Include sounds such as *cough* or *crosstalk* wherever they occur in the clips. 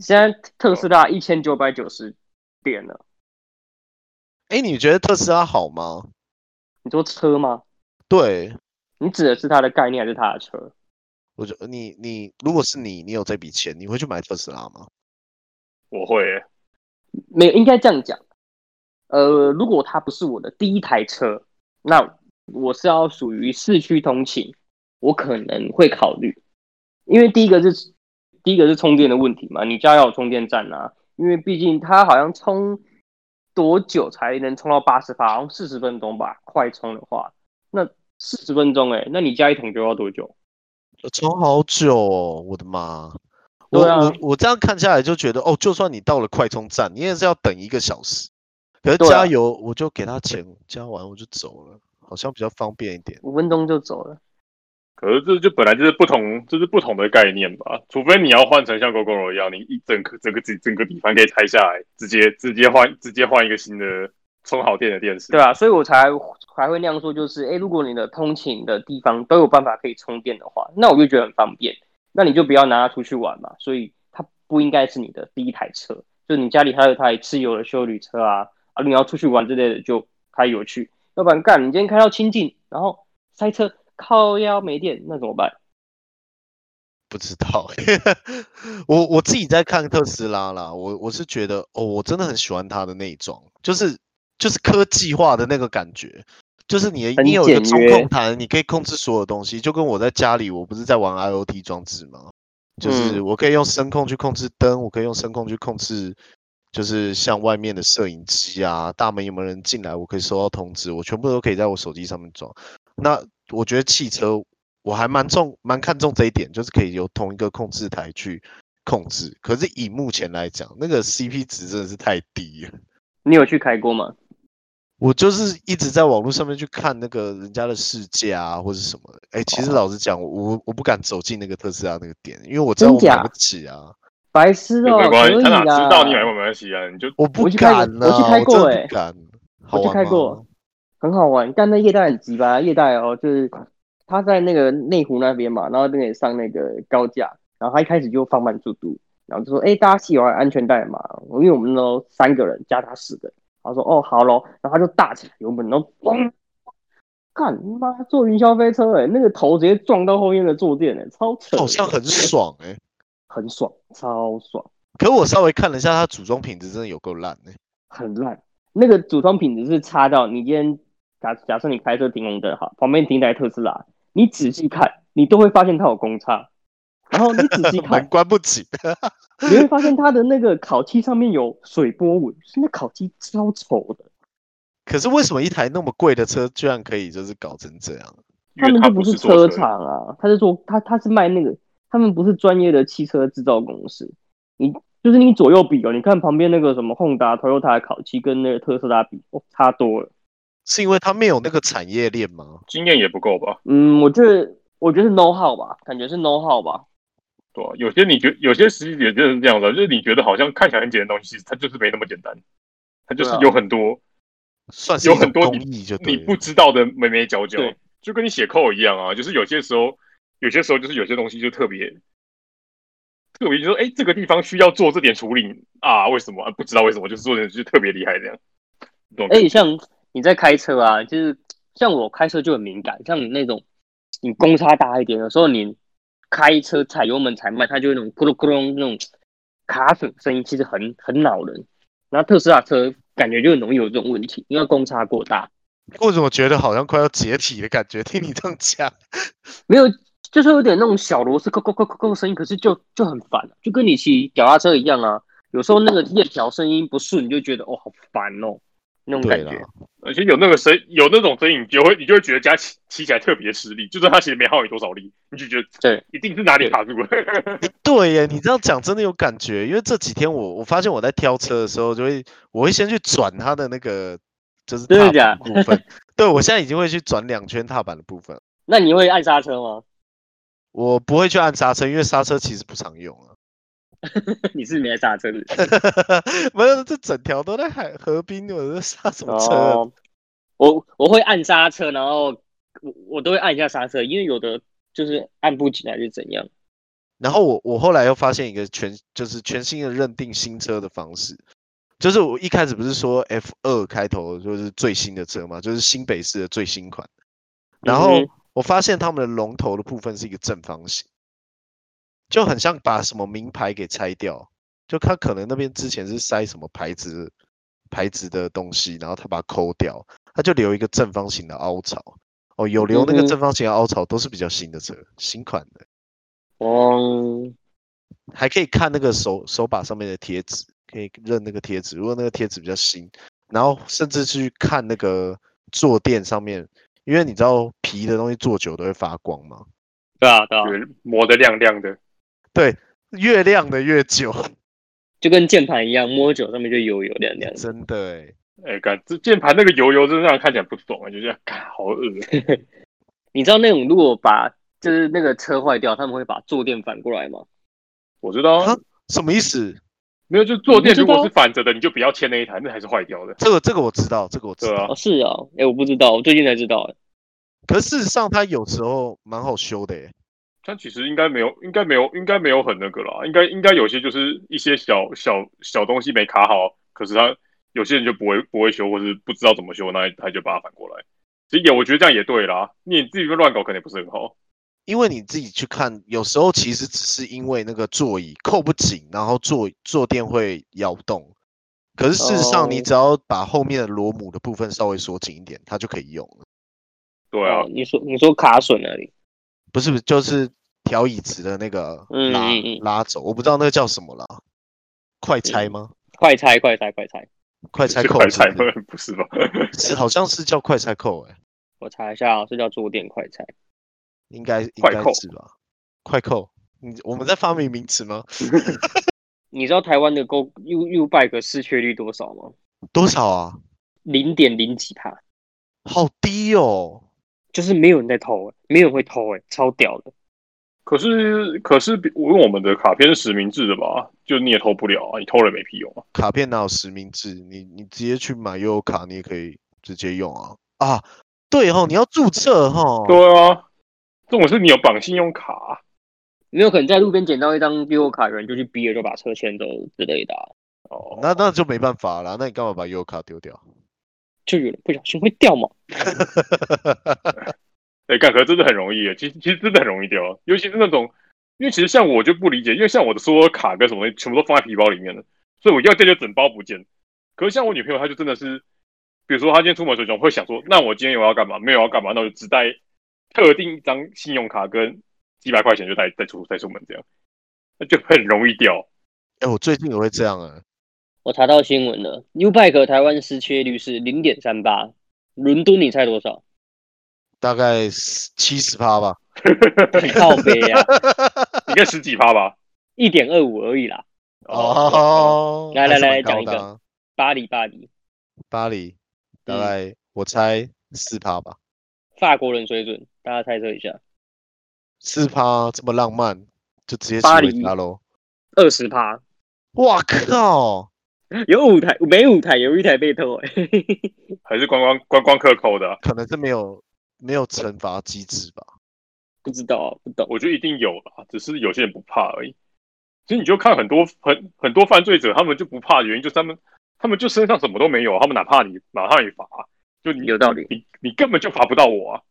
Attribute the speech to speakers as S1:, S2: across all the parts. S1: 现在特斯拉一千九百九十点了，
S2: 哎，你觉得特斯拉好吗？
S1: 你说车吗？
S2: 对
S1: 你指的是它的概念还是它的车？
S2: 我觉得你你如果是你，你有这笔钱，你会去买特斯拉吗？
S3: 我会耶、
S1: 没有，应该这样讲。呃，如果它不是我的第一台车，那我是要属于市区通勤，我可能会考虑，因为第一个是第一个是充电的问题嘛，你家要有充电站啊，因为毕竟它好像充多久才能充到八十发，好像四十分钟吧，快充的话，那四十分钟哎、那你加一桶油要多久？
S2: 呃充好久哦，我的妈！我
S1: 对啊
S2: 我我这样看下来就觉得，哦，就算你到了快充站，你也是要等一个小时。可是
S1: 对啊
S2: 加油，我就给他钱，加完我就走了，好像比较方便一点。
S1: 五分钟就走了。
S3: 可是这就本来就是不同，这是不同的概念吧？除非你要换成像 GoGo 一样，你一整个整个整整个底盘可以拆下来，直接直接换直接换一个新的充好电的电池。
S1: 对啊，所以我才才会那样说，就是哎，诶如果你的通勤的地方都有办法可以充电的话，那我就觉得很方便。那你就不要拿它出去玩嘛，所以它不应该是你的第一台车。就你家里还有一台汽油的修理车啊，啊，你要出去玩之类的就开油去，要不然干你今天开到清境，然后塞车，靠腰没电，那怎么办？
S2: 不知道欸， *laughs* 我我自己在看特斯拉啦，我我是觉得哦，我真的很喜欢它的内装，就是就是科技化的那个感觉，就是你的
S1: 很
S2: 你有一个
S1: 简
S2: 中
S1: 约
S2: 控台，你可以控制所有东西，就跟我在家里，我不是在玩 IOT 装置吗？就是
S1: 嗯
S2: 我可以用声控去控制灯，我可以用声控去控制，就是像外面的摄影机啊，大门有没有人进来，我可以收到通知，我全部都可以在我手机上面装。那我觉得汽车我还蛮重蛮看重这一点，就是可以由同一个控制台去控制。可是以目前来讲，那个 CP 值真的是太低了。
S1: 你有去开过吗？
S2: 我就是一直在网络上面去看那个人家的世界啊，或者什么的。哎、其
S1: 哦
S2: 实老实讲，我我不敢走进那个特斯拉那个店，因为我知道
S1: 真
S2: 我买
S1: 假
S2: 不起啊，
S1: 白痴哦、
S3: 没关系，
S1: 可以
S3: 他哪
S1: 啦。
S3: 知道你买没关系啊？你就
S2: 我不
S1: 我去开
S2: 敢
S1: 过
S2: 啊，
S1: 我去开过
S2: 真的
S1: 欸
S2: 不敢。好
S1: 我去
S2: 玩
S1: 开
S2: 吗
S1: 过，很好玩，但那夜带很急吧？夜带哦，就是他在那个内湖那边嘛，然后那里上那个高架，然后他一开始就放慢速度，然后就说：“哎、大家系好安全带嘛。”因为我们都三个人加他四个人，然后说：“哦，好咯。”然后他就大起来油门，然后咣，干你妈坐云霄飞车哎、那个头直接撞到后面的坐垫哎、超扯的，
S2: 好像很爽哎、
S1: 很爽，超爽，
S2: 可我稍微看了一下，它组装品质真的有够烂哎、
S1: 很烂。那个组装品质是差到你今天假假设你开车停红灯哈，旁边停一台特斯拉，你仔细看，你都会发现它有公差。然后你仔细
S2: 门
S1: 看，
S2: 关不紧。
S1: 你会发现它的那个烤漆上面有水波纹，那烤漆超丑的。
S2: 可是为什么一台那么贵的车，居然可以就是搞成这样？
S3: 因
S1: 他
S3: 为
S1: 们
S3: 他
S1: 就不
S3: 是
S1: 车
S3: 做车，
S1: 厂啊，他是做他他是卖那个，他们不是专业的汽车制造公司。你就是你左右比哦，你看旁边那个什么 Honda、Toyota 的烤漆跟那个特斯拉比，哦，差多了。
S2: 是因为它没有那个产业链吗？
S3: 经验也不够吧？
S1: 嗯，我觉得我觉得是 No how 吧，感觉是 No how 吧。
S3: 对啊、有些你觉有些实际也就是这样的，就是你觉得好像看起来很简单的东西，其实它就是没那么简单，它就是
S1: 对啊
S3: 有很多
S2: 算是
S3: 有
S2: 一种
S3: 很多
S2: 工艺就对
S3: 你
S2: 了
S3: 不知道的眉眉角角
S1: 对，
S3: 就跟你写扣一样啊，就是有些时候，有些时候就是有些东西就特别特别，就说哎、诶这个地方需要做这点处理啊，为什么、啊、不知道为什么，就是做的就特别厉害这样。懂
S1: 哎、像你在开车啊，就是像我开车就很敏感，像你那种，你公差大一点，有时候你开车踩油门踩慢，它就有那种咕噜咕噜那种卡损声音，其实很很恼人。然后特斯拉车感觉就很容易有这种问题，因为公差过大，
S2: 为什么觉得好像快要解体的感觉？听你这样讲，
S1: 没有就是有点那种小螺丝扣扣扣扣扣声音，可是就就很烦、啊就跟你骑脚踏车一样啊，有时候那个链条声音不顺，你就觉得哦好烦哦那种
S2: 对
S1: 感
S2: 啦
S1: 觉。
S3: 而且有那个声，有那种声音，你就会你就会觉得加骑骑起来特别吃力，就算它其实没耗你多少力，你就觉得
S1: 对，
S3: 一定是哪里卡住了。
S2: *laughs* 对耶，你这样讲真的有感觉，因为这几天我我发现我在挑车的时候，就会我会先去转它的那个就是
S1: 真的 *laughs*
S2: 踏板
S1: 假
S2: 部分，对我现在已经会去转两圈踏板的部分，
S1: 那你会按刹车吗？
S2: 我不会去按刹车，因为刹车其实不常用啊。
S1: *laughs*
S2: *laughs*
S1: 你是没在刹车是不是
S2: 没有，这整条都在海河滨，我在刹什么车啊？
S1: 哦，我我会按刹车，然后我我都会按一下刹车，因为有的就是按不起来是怎样。
S2: 然后我我后来又发现一个全就是全新的认定新车的方式，就是我一开始不是说 F 二开头就是最新的车嘛，就是新北市的最新款。然后
S1: 嗯
S2: 我发现他们的龙头的部分是一个正方形，就很像把什么名牌给拆掉，就他可能那边之前是塞什么牌子牌子的东西，然后他把它抠掉，他就留一个正方形的凹槽。哦，有留那
S1: 嗯
S2: 个
S1: 哼
S2: 正方形的凹槽都是比较新的车，新款的，
S1: 哦，
S2: 还可以看那个手手把上面的贴纸，可以认那个贴纸。如果那个贴纸比较新，然后甚至去看那个坐垫上面，因为你知道皮的东西坐久都会发光嘛，
S1: 对啊对啊，
S3: 就是磨得亮亮的。
S2: 越亮的越久，
S1: 就跟键盘一样，摸久上面就油油亮亮的。
S2: 真的哎。
S3: 哎，感这键盘那个油油，真的让人看起来不爽啊，就是看好
S1: *laughs*
S3: 恶。
S1: 你知道那种如果把就是那个车坏掉，他们会把坐垫反过来吗？
S3: 我知道啊
S2: 哈，什么意思？
S3: 没有，就坐垫
S1: 你不知
S3: 如
S1: 道
S3: 果是反着的，你就不要牵那一台，那还是坏掉的。
S2: 这个这个我知道，这个我知
S3: 对啊
S2: 道。
S1: 哦，是啊，哎、我不知道，我最近才知道。
S2: 可是事实上，它有时候蛮好修的耶。欸
S3: 但其实应该没有，应该没有，应该没有很那个啦。应该应该有些就是一些小小小东西没卡好，可是他有些人就不会不会修，或是不知道怎么修，那他就把它反过来。其实也我觉得这样也对啦，你自己乱搞可能也不是很好。
S2: 因为你自己去看，有时候其实只是因为那个座椅扣不紧，然后座坐垫会摇动。可是事实上，你
S1: 哦
S2: 只要把后面的螺母的部分稍微锁紧一点，它就可以用了。
S3: 对啊
S1: 哦，你说你说卡榫那里，
S2: 不是，不是，就是调椅子的那个
S1: 嗯
S2: 拉
S1: 嗯嗯
S2: 拉走，我不知道那个叫什么啦，快拆
S1: 嗯
S2: 吗？
S1: 快拆快拆快拆，
S2: 快拆
S3: 是
S2: 扣
S3: 快
S2: 是
S3: 拆
S2: 不是
S3: 不是吧？ *laughs*
S2: 是好像是叫快拆扣、欸，
S1: 我查一下、啊，是叫坐垫快拆。
S2: 应该应
S3: 快
S2: 该
S3: 扣
S2: 是吧？快扣，你我们在发明名词吗？
S1: 你知道台湾的 Go U U Bike 失缺率多少吗？
S2: 多少啊？
S1: 零点零几趴，
S2: 好低哦。
S1: 就是没有人在偷、欸，没有人会偷、欸，超屌的。
S3: 可是可是比，我用我们的卡片是实名制的吧，就你也偷不了啊，你偷了也没屁用啊。
S2: 卡片哪有实名制？你你直接去买悠游卡，你也可以直接用啊啊！对哦，你要注册哦。
S3: 对啊，这种是你有绑信用卡，啊
S1: 没有可能在路边捡到一张 U 卡，有人就去逼了，就把车牵走之类的啊、
S3: 哦，
S2: 那那就没办法啦，那你干嘛把悠游卡丢掉？
S1: 就有人不小心会掉嘛。
S3: 哎，干壳真的很容易耶，其实其实真的很容易掉，尤其是那种，因为其实像我就不理解，因为像我的所有卡跟什么东西全部都放在皮包里面了，所以我要掉就整包不见。可是像我女朋友，她就真的是，比如说她今天出门的时候会想说，那我今天有要干嘛？没有要干嘛，那我就只带特定一张信用卡跟几百块钱就带带出带出门这样，那就很容易掉。
S2: 哎、我最近也会这样啊。
S1: 我查到新闻了，U Bike 台湾失窃率是零点三八，伦敦你猜多少？
S2: 大概七十趴吧，
S1: 靠北啊，
S3: 应该十几趴吧？
S1: 一点二五而已啦。
S2: 哦，
S1: 来来
S2: 还是
S1: 来
S2: 蛮
S1: 讲
S2: 高
S1: 一
S2: 的
S1: 个
S2: 啊
S1: 巴黎，巴黎，
S2: 巴黎，大
S1: 嗯
S2: 概、我猜四趴吧，
S1: 法国人水准，大家猜测一下，
S2: 四趴这么浪漫，就直接
S1: 巴
S2: 去回
S1: 黎
S2: 家喽。
S1: 二十趴，
S2: 哇靠！
S1: 有五台，每五台有一台被偷、欸，
S3: 还是观光观光客扣的啊、
S2: 可能是没有没有惩罚机制吧。
S1: 不知道，啊不懂。
S3: 我觉得一定有啦，只是有些人不怕而已。其实你就看很多很很多犯罪者，他们就不怕的原因就是他们他们就身上什么都没有，他们哪怕你哪怕你罚，就你
S1: 有道理
S3: 你你根本就罚不到我啊！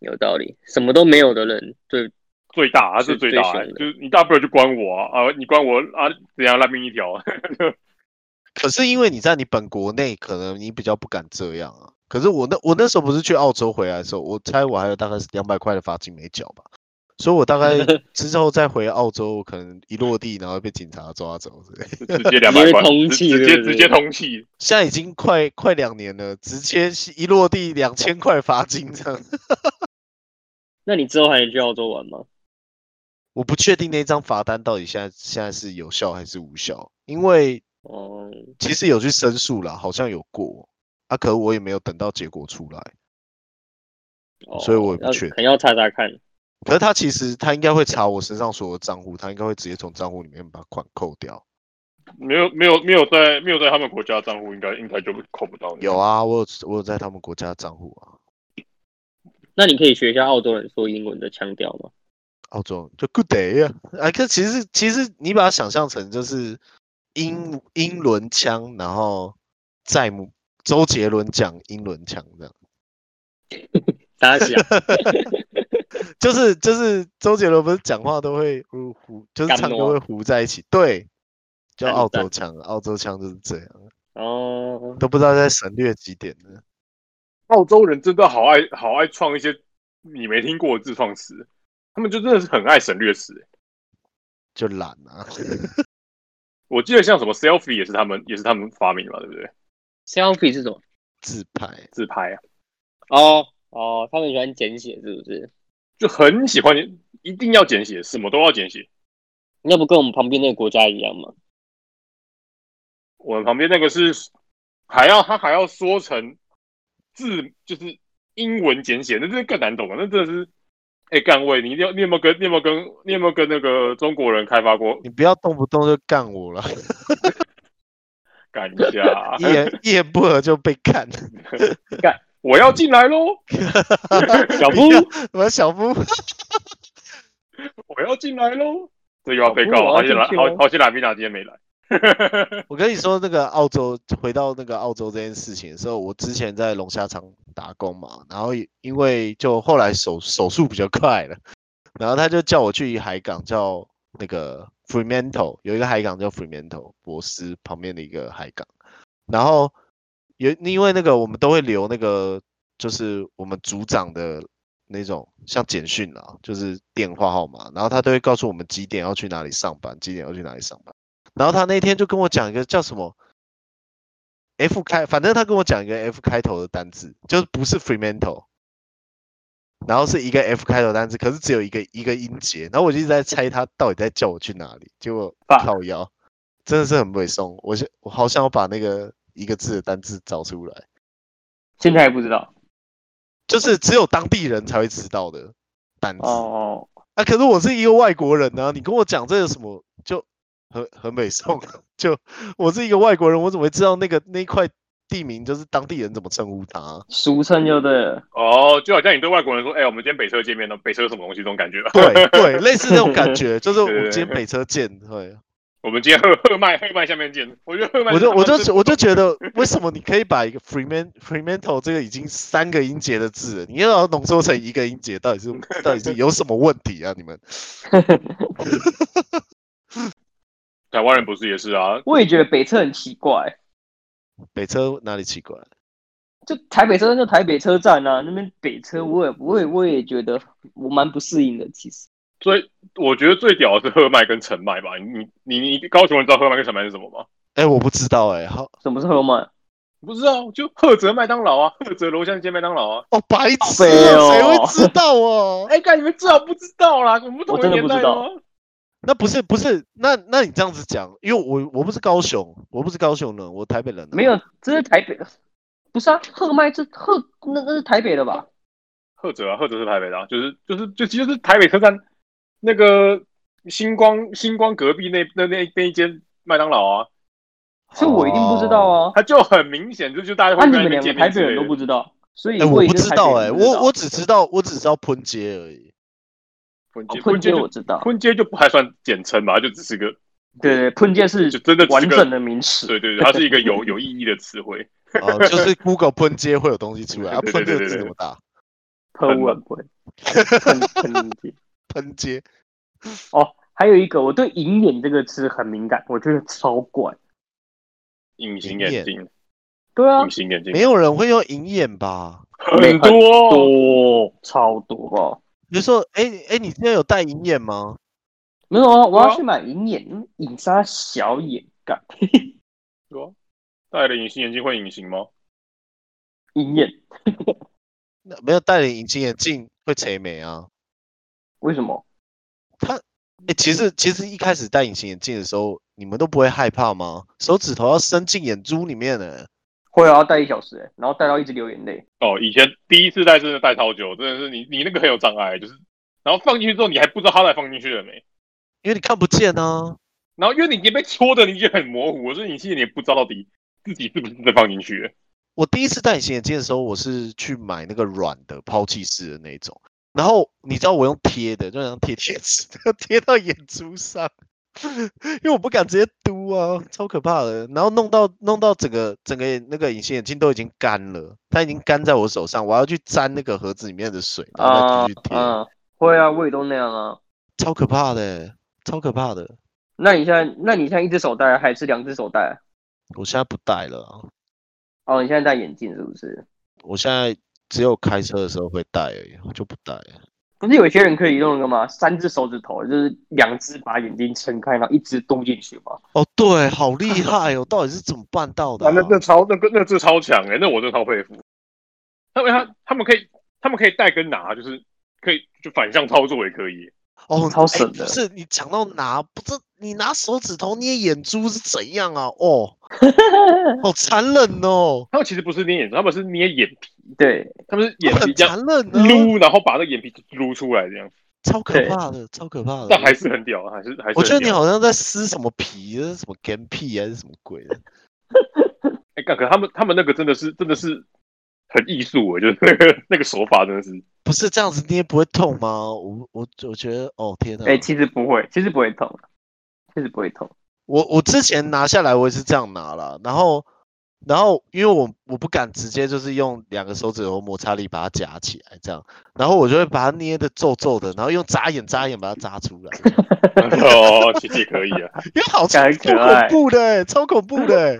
S1: 有道理，什么都没有的人，对，
S3: 最大还是
S1: 是
S3: 最大、
S1: 最
S3: 欸
S1: 凶，的
S3: 就是你大不了就关我啊，啊你关我啊，怎样烂命一条？啊
S2: 可是因为你在你本国内，可能你比较不敢这样啊。可是我那我那时候不是去澳洲回来的时候，我猜我还有大概是两百块的罚金没缴吧，所以我大概之后再回澳洲，我可能一落地然后被警察抓走之类的。
S3: *laughs* 直接两百
S1: 直接
S3: 块，
S1: 通
S3: 直
S1: 缉
S3: 直
S1: 对
S3: 接
S1: 不对
S3: 直接通气。
S2: 现在已经快快两年了，直接是一落地两千块罚金这样。 *laughs*
S1: 那你之后还能去澳洲玩吗？
S2: 我不确定那张罚单到底现在现在是有效还是无效，因为
S1: 哦、
S2: 其实有去申诉啦，好像有过啊，可我也没有等到结果出来。
S1: 哦
S2: 所以我也不
S1: 要
S2: 确定
S1: 可能要查查看。
S2: 可是他其实他应该会查我身上所有的账户，他应该会直接从账户里面把款扣掉。
S3: 没有没有没有在没有在他们国家账户，应该应该就扣不到你。
S2: 有啊，我有我有在他们国家的账户啊。
S1: 那你可以学一下澳洲人说英文的腔调吗？
S2: 澳洲就 Good day 啊，啊，可其实其实你把它想象成就是英英伦腔，然后在母周杰伦讲英伦腔这样，
S1: 大家想，
S2: *laughs* 就是就是周杰伦不是讲话都会呃糊，就是
S1: 干
S2: 唱歌
S1: 挪
S2: 会糊在一起，对，叫
S1: 干
S2: 澳
S1: 蛋
S2: 洲腔啊，澳洲腔就是这样，
S1: 哦，
S2: 都不知道在省略几点呢。
S3: 澳洲人真的好爱好爱创一些你没听过的自创词，他们就真的是很爱省略词。
S2: 就懒啊，
S3: 我记得像什么 selfie 也是他们也是他们发明的嘛，对不对？
S1: selfie 是什么？
S2: 自拍，
S3: 自拍啊，
S1: 哦哦，他们喜欢简写是不是？
S3: 就很喜欢，一定要简写，什么都要简写。
S1: 那不跟我们旁边那个国家一样吗？
S3: 我们旁边那个是还要他还要说成字，就是英文简写，那真的更难懂了。那真的是，哎、干位，你一定要你有没有跟你有没有跟你有没有跟那个中国人开发过
S2: 你不要动不动就干我了，
S3: 干啊
S1: *laughs*
S3: 一下
S2: 一？言一言不合就被干。
S3: 我要进来
S1: *laughs*
S3: 喽！
S1: 小夫，
S2: *laughs* 我小夫，
S3: 我要进来喽！这又要被告
S1: 好
S3: 了，
S1: 不我要
S3: 好险拉
S1: 进去喽
S3: 好好险拉米娜今天没来。
S2: 我跟你说，那个澳洲回到那个澳洲这件事情的时候，我之前在龙虾厂打工嘛，然后也因为就后来手手速比较快了， *laughs* 然后他就叫我去海港，叫那个 Fremantle 有一个海港叫 Fremantle 博斯旁边的一个海港，然后有因为那个我们都会留那个就是我们组长的那种像简讯啊，就是电话号码，然后他都会告诉我们几点要去哪里上班，几点要去哪里上班。然后他那天就跟我讲一个叫什么 F 开，反正他跟我讲一个 F 开头的单字，就是不是 Fremantle，然后是一个 F 开头单字，可是只有一个一个音节。然后我就一直在猜他到底在叫我去哪里，结果
S3: Fuck
S2: 靠腰，真的是很背诵。我想我好想要把那个一个字的单字找出来，
S1: 现在还不知道
S2: 就是只有当地人才会知道的单字。
S1: 哦。
S2: 啊，可是我是一个外国人啊，你跟我讲这个什么，就很很美颂，就我是一个外国人，我怎么会知道那个那一块地名就是当地人怎么称呼它啊？
S1: 俗称就对了，
S3: 哦，就好像你对外国人说，哎、我们今天北车见面了，北车有什么东西这种感觉啊吧？ *laughs*
S2: 对对，类似那种感觉，就是我今天
S3: 对
S2: 北车见，对，
S3: 我们今天喝喝麦喝麦下面见。我觉得喝麦，
S2: 我就我就我就觉
S3: *laughs*
S2: 得，为什么你可以把一个 Freeman Fremantle 这个已经三个音节的字了，你又要浓缩成一个音节，到底是
S3: *laughs*
S2: 到底是有什么问题啊？你们
S3: 台湾人不是也是啊？
S1: 我也觉得北车很奇怪，
S2: 北车哪里奇怪？
S1: 就台北车站就台北车站啊，那边北车我也我也我也觉得我蛮不适应的，其实
S3: 最我觉得最屌的是喝麦跟陈麦吧。你你你高雄人知道喝麦跟陈麦是什么吗？
S2: 哎、我不知道哎、好
S1: 什么时候嘛？
S3: 不知道，就赫哲麦当劳啊，赫哲楼下那间麦当劳啊。
S2: 哦，白痴、
S1: 北
S2: 啊，谁
S1: 哦
S2: 会知道哦、
S3: 哎、干你们最好不知道啦，我们不同
S1: 我
S3: 一
S1: 真的
S3: 年
S1: 不
S3: 代哦
S1: 知
S3: 的
S1: 道
S3: 吗？
S2: 那不是不是，那那你这样子讲，因为我我不是高雄，我不是高雄人，我台北人、啊
S1: 没，有，这是台北的，不是啊？赫麦这赫那那是台北的吧？
S3: 赫哲啊，赫哲是台北的、啊，就是就是就其实就是台北车站那个星光星光隔壁那那那那一间麦当劳啊，
S1: 所以我一定不知道啊。
S3: 它就很明显，就就大家
S1: 那
S3: 哦会
S1: 你
S3: 在那
S1: 们两
S3: 边
S1: 个
S3: 见
S1: 台
S3: 面
S1: 北
S3: 之类
S1: 人
S3: 的
S1: 都不知道，所以
S2: 哎、我
S1: 也
S2: 不
S1: 是
S2: 知
S1: 台
S2: 道
S1: 北
S2: 哎、
S1: 人不知道
S2: 我我只知道我只知道喷街
S1: *laughs*
S2: 而已。
S3: 混
S1: 哦
S3: 街
S1: 喷街
S3: 就
S1: 我知道，
S3: 混街就不还算简称吧，它就只是个
S1: 对对，喷街是
S3: 就真的只是
S1: 完
S3: 个
S1: 整的名词，
S3: 对对对，它是一个有有意义的词汇。
S2: 哦、就是 Google 喷街会有东西出来，啊，
S3: 对
S2: 喷
S3: 对
S2: 这
S3: 对
S2: 个字
S3: 对
S2: 怎么打？
S1: 喷吻会，喷
S2: *laughs*
S1: 喷街。
S2: 喷街
S1: 哦，还有一个，我对“银眼”这个词很敏感，我觉得超怪。
S3: 隐形
S2: 隐
S3: 眼
S2: 眼
S3: 镜，
S1: 对啊
S3: 隐，形眼镜
S2: 没有人会用银眼吧？
S1: 没
S3: 很
S1: 很
S3: 多
S1: 多超多哦。
S2: 比如说，哎、哎、你今天有戴银眼吗？
S1: 没有啊，我
S3: 对
S1: 要
S3: 啊
S1: 去买银眼，引杀小眼干
S3: 多，戴了隐形眼镜会隐形吗？
S1: 银眼，
S2: 那没有戴了隐形眼镜会垂眉啊？
S1: 为什么？
S2: 哎、其实其实一开始戴隐形眼镜的时候，你们都不会害怕吗？手指头要伸进眼珠里面呢、
S1: 会啊，戴一小时、欸，然后戴到一直流眼泪。
S3: 哦，以前第一次戴真的戴超久，真的是你你那个很有障碍，就是然后放进去之后你还不知道它到底放进去了没，
S2: 因为你看不见啊。
S3: 然后因为你已经被戳的你已经很模糊了，所以你现在也不知道到底自己是不是真的放进去了。
S2: 我第一次戴隐形眼镜的时候，我是去买那个软的抛弃式的那一种，然后你知道我用贴的，就像贴贴纸，贴到眼珠上， *laughs* 因为我不敢直接嘟啊，超可怕的。然后弄到弄到整个整个那个隐形眼镜都已经干了，它已经干在我手上，我要去沾那个盒子里面的水，然后再
S1: 啊
S2: 继续贴，
S1: 啊，会啊，我也都那样啊。
S2: 超可怕的欸，超可怕的。
S1: 那你现在，那你现在一只手戴还是两只手戴？
S2: 我现在不戴了啊，
S1: 哦，你现在戴眼镜是不是？
S2: 我现在只有开车的时候会戴而已，我就不戴了。
S1: 不是有些人可以用那个吗？三只手指头，就是两只把眼睛撑开，然后一只动进去嘛。
S2: 哦，对，好厉害哦！到底是怎么办到的、
S3: 啊，
S2: 啊？
S3: 那那超那个那这超强哎、那我真的超佩服。他们他他们可以他们可以带跟拿，就是可以就反向操作也可以。
S2: 哦，
S1: 超
S2: 哎
S1: 省的
S2: 不是你讲到拿，不是你拿手指头捏眼珠是怎样啊？
S3: *laughs*
S2: 哦，好残忍哦，
S3: 他们其实不是捏眼睛，他们是捏眼皮，
S1: 对，
S3: 他们是眼皮
S2: 很
S3: 这样
S2: 残忍哦，
S3: 撸，然后把那个眼皮撸出来这样，
S2: 超可
S1: 对
S2: 怕的，超可怕的。
S3: 但还是很屌，啊还是还是很屌。
S2: 嗯我觉得你好像在撕什么皮，这是什么干屁还是什么鬼的？
S3: 哎，干、可他们他们那个真的是真的是很艺术，我觉得那个那个手法真的是 *laughs*
S2: 不是这样子捏不会痛吗？我我我觉得，哦天哪！
S1: 哎、其实不会，其实不会痛，啊其实不会痛。
S2: 我我之前拿下来我也是这样拿了，然后然后因为我我不敢直接就是用两个手指头摩擦力把它夹起来这样，然后我就会把它捏的皱皱的，然后用眨眼眨眼把它眨出来，
S3: 哦，其实也可以啊，
S2: 因为好超
S1: 感觉很可
S2: 恐
S1: 爱
S2: 怖的欸、超恐怖的
S1: *laughs*
S2: 欸、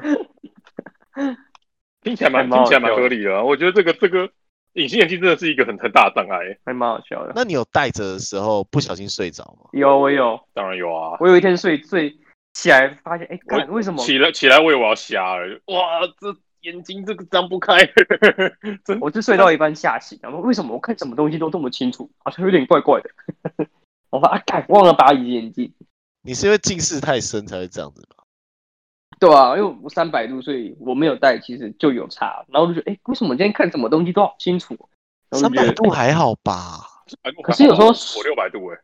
S3: 听起来蛮
S1: 还蛮
S3: 听
S1: 好
S3: 起来蛮
S1: 笑的
S3: 合理的、啊。我觉得这个这个隐形眼镜真的是一个很很大的障碍。欸
S1: 还蛮好笑的。
S2: 那你有戴着的时候不小心睡着吗？
S1: 有我有，
S3: 当然有啊，
S1: 我有一天睡睡起来发现，哎、干为什么？
S3: 起来起来我以为我要瞎了，哇，这眼睛这个张不开， *laughs* 真
S1: 我是睡到一半吓醒，然后为什么我看什么东西都这么清楚，好像有点怪怪的。 *laughs* 我说啊，干忘了拔隐形眼镜。
S2: 你是因为近视太深才会这样子吗？
S1: 对啊，因为我三百度，所以我没有戴，其实就有差。然后我就觉得，哎、为什么我今天看什么东西都好清楚？哦然后
S2: 三
S1: 就觉
S2: 百
S1: 得
S2: 度还好吧？
S1: 可是有时候
S3: 我六百度哎、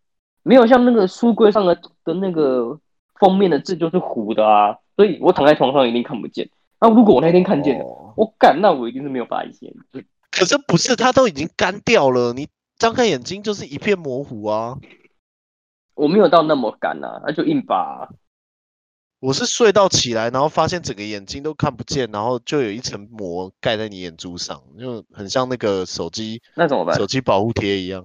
S1: 没有像那个书柜上的的那个封面的字就是糊的啊，所以我躺在床上一定看不见。那如果我那天 *laughs* 看见了，
S2: 哦
S1: 我干，那我一定是没有发现。
S2: 可是不是，它都已经干掉了，你张开眼睛就是一片模糊啊。
S1: 我没有到那么干啊，那就硬拔啊、
S2: 我是睡到起来，然后发现整个眼睛都看不见，然后就有一层膜盖在你眼珠上，就很像那个手机
S1: 那怎么办
S2: 手？机保护贴一样。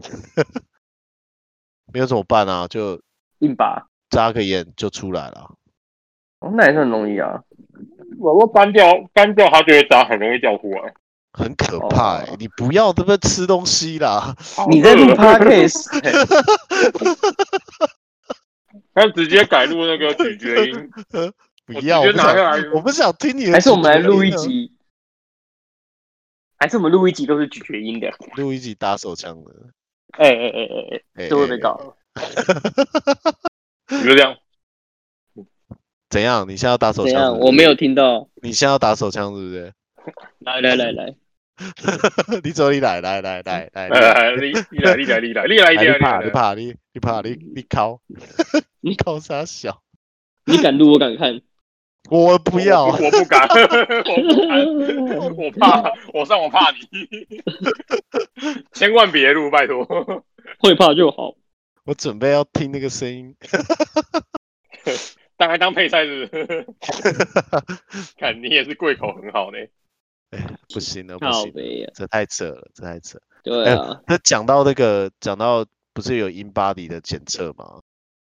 S2: 没有怎么办啊？就
S1: 硬拔、
S2: 扎个眼就出来了。
S1: 哦，那也是很容易啊。
S3: 我我干掉干掉它就会扎，很容易掉欸出来。
S2: 很可怕、欸
S1: 哦
S2: 你不要对不对？吃东西啦，
S3: 哦
S1: 你在录
S3: 呃
S1: podcast，欸、
S3: *laughs* 他直接改录那个咀嚼 *laughs* 音，
S2: 不
S3: 我直
S2: 要，我
S3: 接
S2: 不
S3: 拿
S2: 想，
S3: 下来。
S2: 我不想听你的。
S1: 还是我们来录一，集？还是我们录一集都是咀嚼音的？
S2: 录一集打手枪的，
S1: 哎哎哎哎哎，
S2: 哎、
S1: 这会被
S2: 哎
S1: 告。
S3: 你就这样，
S2: 怎样？你现在要打手
S1: 怎
S2: 枪是
S1: 样？
S2: 不是？
S1: 我没有听到。
S2: 你现在要打手枪是不是？
S1: 来来来来，
S2: *laughs* 你走，你来，来来来
S1: *laughs*
S3: *laughs* 来
S2: 来
S3: 来哎来，历历来历来历来历来
S2: 哎
S3: 历
S2: 你
S3: 来
S2: 怕，你
S3: 历来，
S2: 怕，你你怕，你你考， *laughs* 你考啥小？
S1: 你敢录，我敢 *laughs* 看。
S2: 我不要啊
S3: 我，我不敢， *laughs* 我不敢，我 *laughs* 怕，我上我怕你，千万别录，拜托。
S1: 会怕就好。
S2: 我准备要听那个声音。
S3: 当还当配菜是不是？ *laughs* 看你也是贵口很好呢。
S2: 不行了，不
S1: 靠
S2: 行了，
S1: 背啊，
S2: 这太扯了，这太扯。
S1: 对啊，
S2: 那讲到那个，讲到不是有 in body 的检测吗？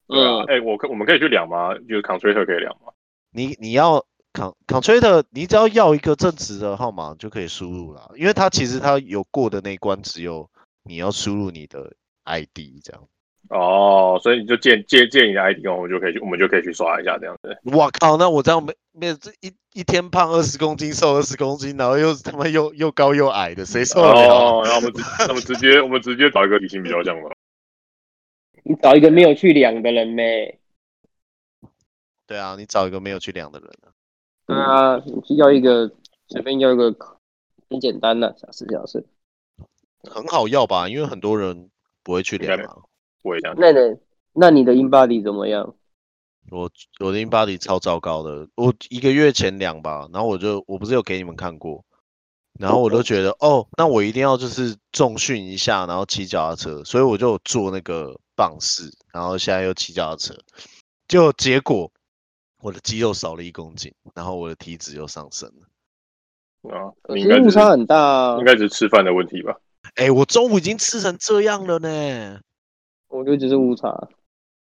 S3: 对啊
S1: 嗯，，
S3: 哎、我可我们可以去量吗？就是 concentrator 可以量吗？
S2: 你你要 con contractor，你只要要一个正职的号码就可以输入了，因为它其实它有过的那一关只有你要输入你的 ID 这样。
S3: 哦，所以你就借借借你的 ID，我们就可以去，我们就可以去刷一下这样子。
S2: 我靠，那我这样没没这一一天胖二十公斤，瘦二十公斤，然后又他妈又又高又矮的，谁受得了？
S3: 哦，然后我们直，那我们直接，我们直接找一个体型比较像的。
S1: 你找一个没有去量的人呗。
S2: 对啊，你找一个没有去量的人啊，
S1: 对啊，你去要一个随便要一个，很简单的、小事小事。
S2: 很好要吧？因为很多人不会去量
S3: 应该
S2: 啊。
S3: 我也想，
S1: 那你那你的 in body 怎么样？
S2: 我我的 in body 超糟糕的，我一个月前量吧，然后我就我不是有给你们看过，然后我都觉得哦，那我一定要就是重训一下，然后骑脚踏车，所以我就有做那个棒式，然后现在又骑脚踏车，就结果我的肌肉少了一公斤，然后我的体脂又上升了。
S3: 啊，
S1: 可
S3: 你
S1: 是
S3: 应该
S1: 误
S3: 只是
S1: 差很大啊
S3: 应，该只是吃饭的问题吧？
S2: 哎、我中午已经吃成这样了呢。
S1: 我觉得只是误差。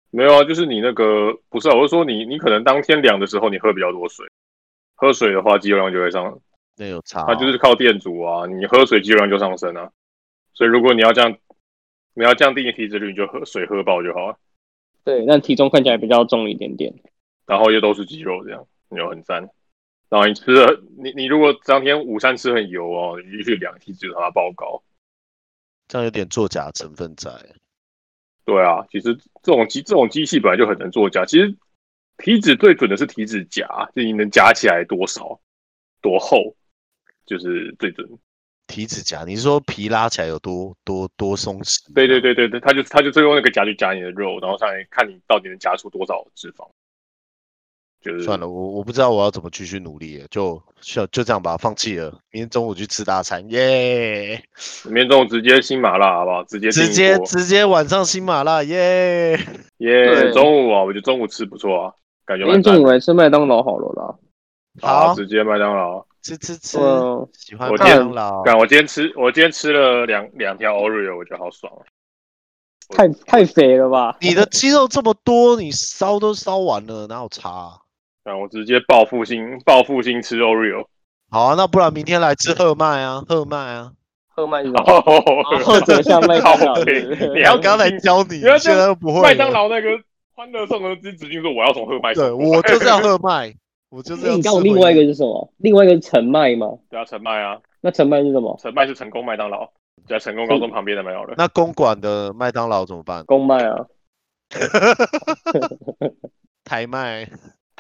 S3: 没有啊，就是你那个不是啊，我是说你你可能当天凉的时候你喝比较多水，喝水的话肌肉量就会上，
S2: 那有差、哦，
S3: 它就是靠电阻啊，你喝水肌肉量就上升啊。所以如果你要这样，你要降低你体脂率，你就喝水喝饱就好了，
S1: 对，那体重看起来比较重一点点。
S3: 然后又都是肌肉这样，你就很赞。然后你吃的你你如果当天午餐吃很油哦，你就去量体脂让它爆高。
S2: 这样有点作假成分在。
S3: 对啊，其实这种机这种机器本来就很难作假。其实体脂最准的是体脂夹，就你能夹起来多少、多厚，就是最准。
S2: 体脂夹，你是说皮拉起来有多多多松弛？
S3: 对对，对对对，他就他就最用那个夹去夹你的肉，然后上来看你到底能夹出多少脂肪。就是
S2: 算了，我我不知道我要怎么继续努力了，就就就这样吧，放弃了。明天中午去吃大餐，耶！
S3: 明天中午直接新麻辣好不好？直接
S2: 直
S3: 订
S2: 接
S3: 一锅
S2: 直接晚上新麻辣，耶！
S3: 耶！
S1: 对
S3: 中午啊，我觉得中午吃不错啊，感觉
S1: 今天
S3: 蛮
S1: 中
S3: 赞
S1: 午
S3: 的。
S1: 来吃麦当劳好了啦。
S3: 好，
S2: 好，
S3: 直接麦当劳。
S2: 吃吃吃，
S1: 嗯，
S2: 喜欢
S3: 我
S2: 麦
S1: 今天
S2: 当劳。
S3: 干，我今天吃我今天吃了两两条 Oreo，我觉得好爽啊。
S1: 太太肥了吧？
S2: 你的肌肉这么多，你烧都烧完了，哪有差啊、
S3: 然后我直接报复性报复性吃 Oreo，
S2: 好啊，那不然明天来吃赫麦啊，赫麦啊！
S1: 喝麦是什
S3: 然
S1: 么？
S3: 后 *laughs*
S1: 或者像麦当劳
S3: 靠背
S1: 是不是
S3: 你还要
S2: 刚才教你，
S3: 原来这
S2: 现在又不会了
S3: 麦当。劳那个欢乐颂的指定说我要从赫麦
S2: 对，
S3: 走
S2: 我就是要赫麦，我就是要。
S1: 你刚我另外一个，是什么？另外一个是陈麦吗？
S3: 对啊，陈麦啊，
S1: 那陈麦是什么？
S3: 陈麦是成功麦当劳，在成功高中旁边的麦当劳。
S2: 那公馆的麦当劳怎么办？
S1: 公麦啊，
S2: 台麦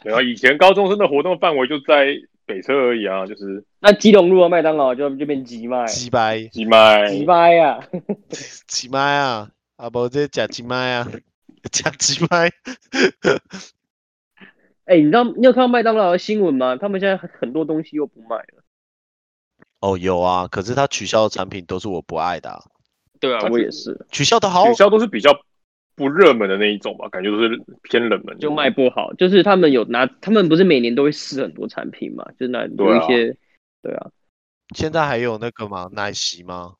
S3: 然后啊以前高中生的活动范围就在北车而已啊，就是
S1: 那基隆路的麦当劳就就变吉
S3: 哎
S1: 麦，
S2: 鸡掰
S3: 鸡麦，
S1: 吉麦啊，
S2: *laughs* 鸡麦啊，啊不，这假鸡麦啊， *laughs* 假鸡麦。 *laughs*
S1: 哎、你知道你有看到麦当劳的新闻吗？他们现在很多东西又不卖了。
S2: 哦，有啊，可是他取消的产品都是我不爱的啊、
S1: 对啊
S3: 它
S1: 我
S3: 是
S1: 也是，
S2: 取消的好
S3: 取，消都是比较不热门的那一种吧，感觉都是偏冷门的，
S1: 就卖不好。就是他们有拿，他们不是每年都会试很多产品嘛？就是那
S3: 对
S1: 有
S3: 啊
S1: 一些，对啊，
S2: 现在还有那个吗？奶昔吗？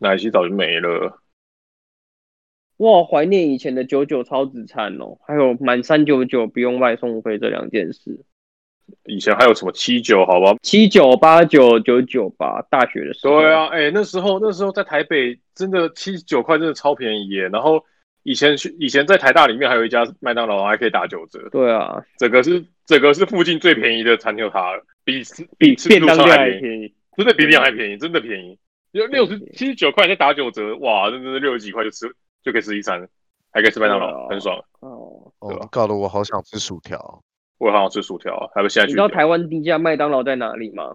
S3: 奶昔早就没了。
S1: 我好怀念以前的九九超值餐哦，还有满三九九不用外送费这两件事，
S3: 以前还有什么七九，好吧，
S1: 七九八九九九八，大学的时候。
S3: 对，啊，哎、那时候那时候在台北真的七十九块真的超便宜耶。然后以前去以前在台大里面还有一家麦当劳还可以打九折，
S1: 对啊，
S3: 整个是整个是附近最便宜的餐厅，它了，比吃比
S1: 比
S3: 吃自
S1: 便
S3: 助
S1: 当
S3: 餐
S1: 店
S3: 还
S1: 还
S3: 便宜，
S1: 便宜。
S3: 真的比量还便宜，真的便宜，有六十七十九块再打九折，哇，那真的六十几块就吃就可以吃一餐，还可以吃麦当
S1: 对
S3: 劳，
S1: 啊
S3: 很爽。
S1: 哦，
S2: 哦
S3: 对啊，
S2: 搞得我好想吃薯条。
S3: 我好想吃薯条啊，还不现在
S1: 你
S3: 去
S1: 知道
S3: 点
S1: 台湾第一家麦当劳在哪里吗？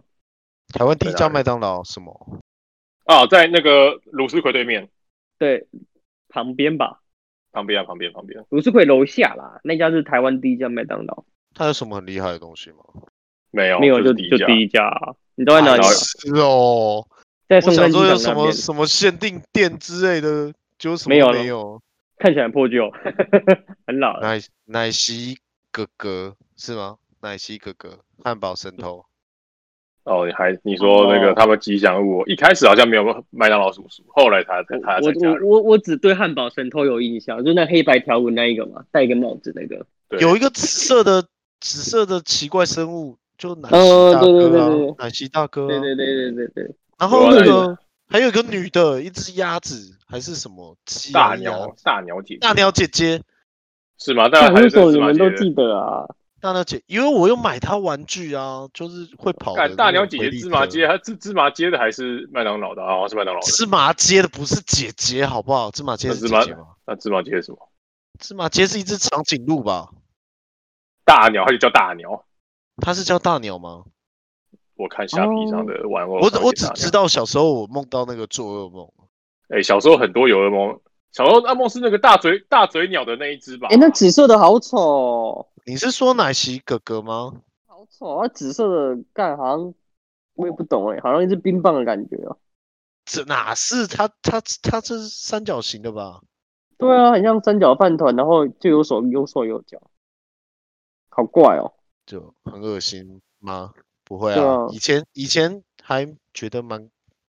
S2: 台湾第一
S3: 在哪
S2: 家
S3: 里
S2: 麦当劳什么？
S3: 啊，在那个卢斯奎对面
S1: 对，旁边吧，
S3: 旁边啊，旁边旁边，
S1: 鲁斯奎楼下啦，那家是台湾第一家麦当劳，
S2: 它有什么很厉害的东西吗？
S3: 没有
S1: 没有
S3: 哦
S1: 就是
S3: 就第一
S1: 就
S3: 家，
S1: 第一家啊，你知道在哪里
S2: 白
S1: 吗？
S2: 痴哦，
S1: 在
S2: 我
S1: 松
S2: 想
S1: 山机
S2: 说有
S1: 场
S2: 什
S1: 那
S2: 么
S1: 边，
S2: 什么限定店之类的，就什么
S1: 没有
S2: 都
S1: 了
S2: 没有。
S1: 看起来很破旧， *laughs* 很老了。
S2: 奶奶昔哥哥是吗？奶昔哥哥，汉堡神偷，
S3: 哦，你还你说那个
S1: 哦
S3: 他们吉祥物，一开始好像没有麦当劳叔叔，后来他才他才
S1: 我
S3: 加
S1: 我
S3: 入。
S1: 我我只对汉堡神偷有印象，就那黑白条纹那一个嘛，戴一个帽子那个。
S3: 对
S2: 有一个紫色的紫色的奇怪生物，就奶昔
S1: 呃
S2: 大
S1: 对对
S2: 哥啊
S1: 对对，
S2: 奶昔大哥啊。
S1: 对对对对对对，
S2: 然后
S3: 对
S2: 那
S3: 啊
S2: 个还有一个女的，一只鸭子还是什么鸡啊
S3: 大
S2: 鸭
S3: 鸟大鸟姐姐
S2: 大鸟姐姐，
S3: 是吗？大
S1: 那
S3: 家还
S1: 为
S3: 是
S1: 什么
S3: 司
S1: 你
S3: 马
S1: 们
S3: 姐
S1: 都
S3: 姐
S1: 记得啊？
S2: 大鸟姐，因为我有买她玩具啊，就是会跑的
S3: 干大
S2: 那种
S3: 鸟姐
S2: 回
S3: 姐
S2: 力
S3: 芝麻
S2: 车
S3: 街，她芝芝麻街的还是麦当劳的啊？好像是
S1: *laughs*
S3: 麦当劳的。
S2: 芝麻街的不是姐姐，好不好？芝麻街
S3: 那
S2: 是
S3: 啊芝
S2: 姐
S3: 麻
S2: 姐吗？
S3: 那芝麻街是什么？
S2: 芝麻街是一只长颈鹿吧？
S3: 大鸟，它就叫大鸟。
S2: 它是叫大鸟吗？
S3: 我看虾皮
S1: 哦
S3: 上的玩偶，
S2: 我
S3: 上面
S2: 我
S3: 写
S2: 只
S3: 大鸟
S2: 知道小时候我梦到那个做噩梦，
S3: 哎，小时候很多有噩梦，小时候噩梦是那个大嘴大嘴鸟的那一只吧？
S1: 哎、那紫色的好丑、哦，
S2: 你是说奶昔哥哥吗？
S1: 好丑啊！紫色的干好像我也不懂哎、好像一只冰棒的感觉哦、
S2: 这哪是它它它这是三角形的吧？
S1: 对啊，很像三角饭团，然后就有手有手有脚，好怪哦、
S2: 就很恶心吗？不会
S1: 对
S2: 啊
S1: 啊，
S2: 以前以前还觉得蛮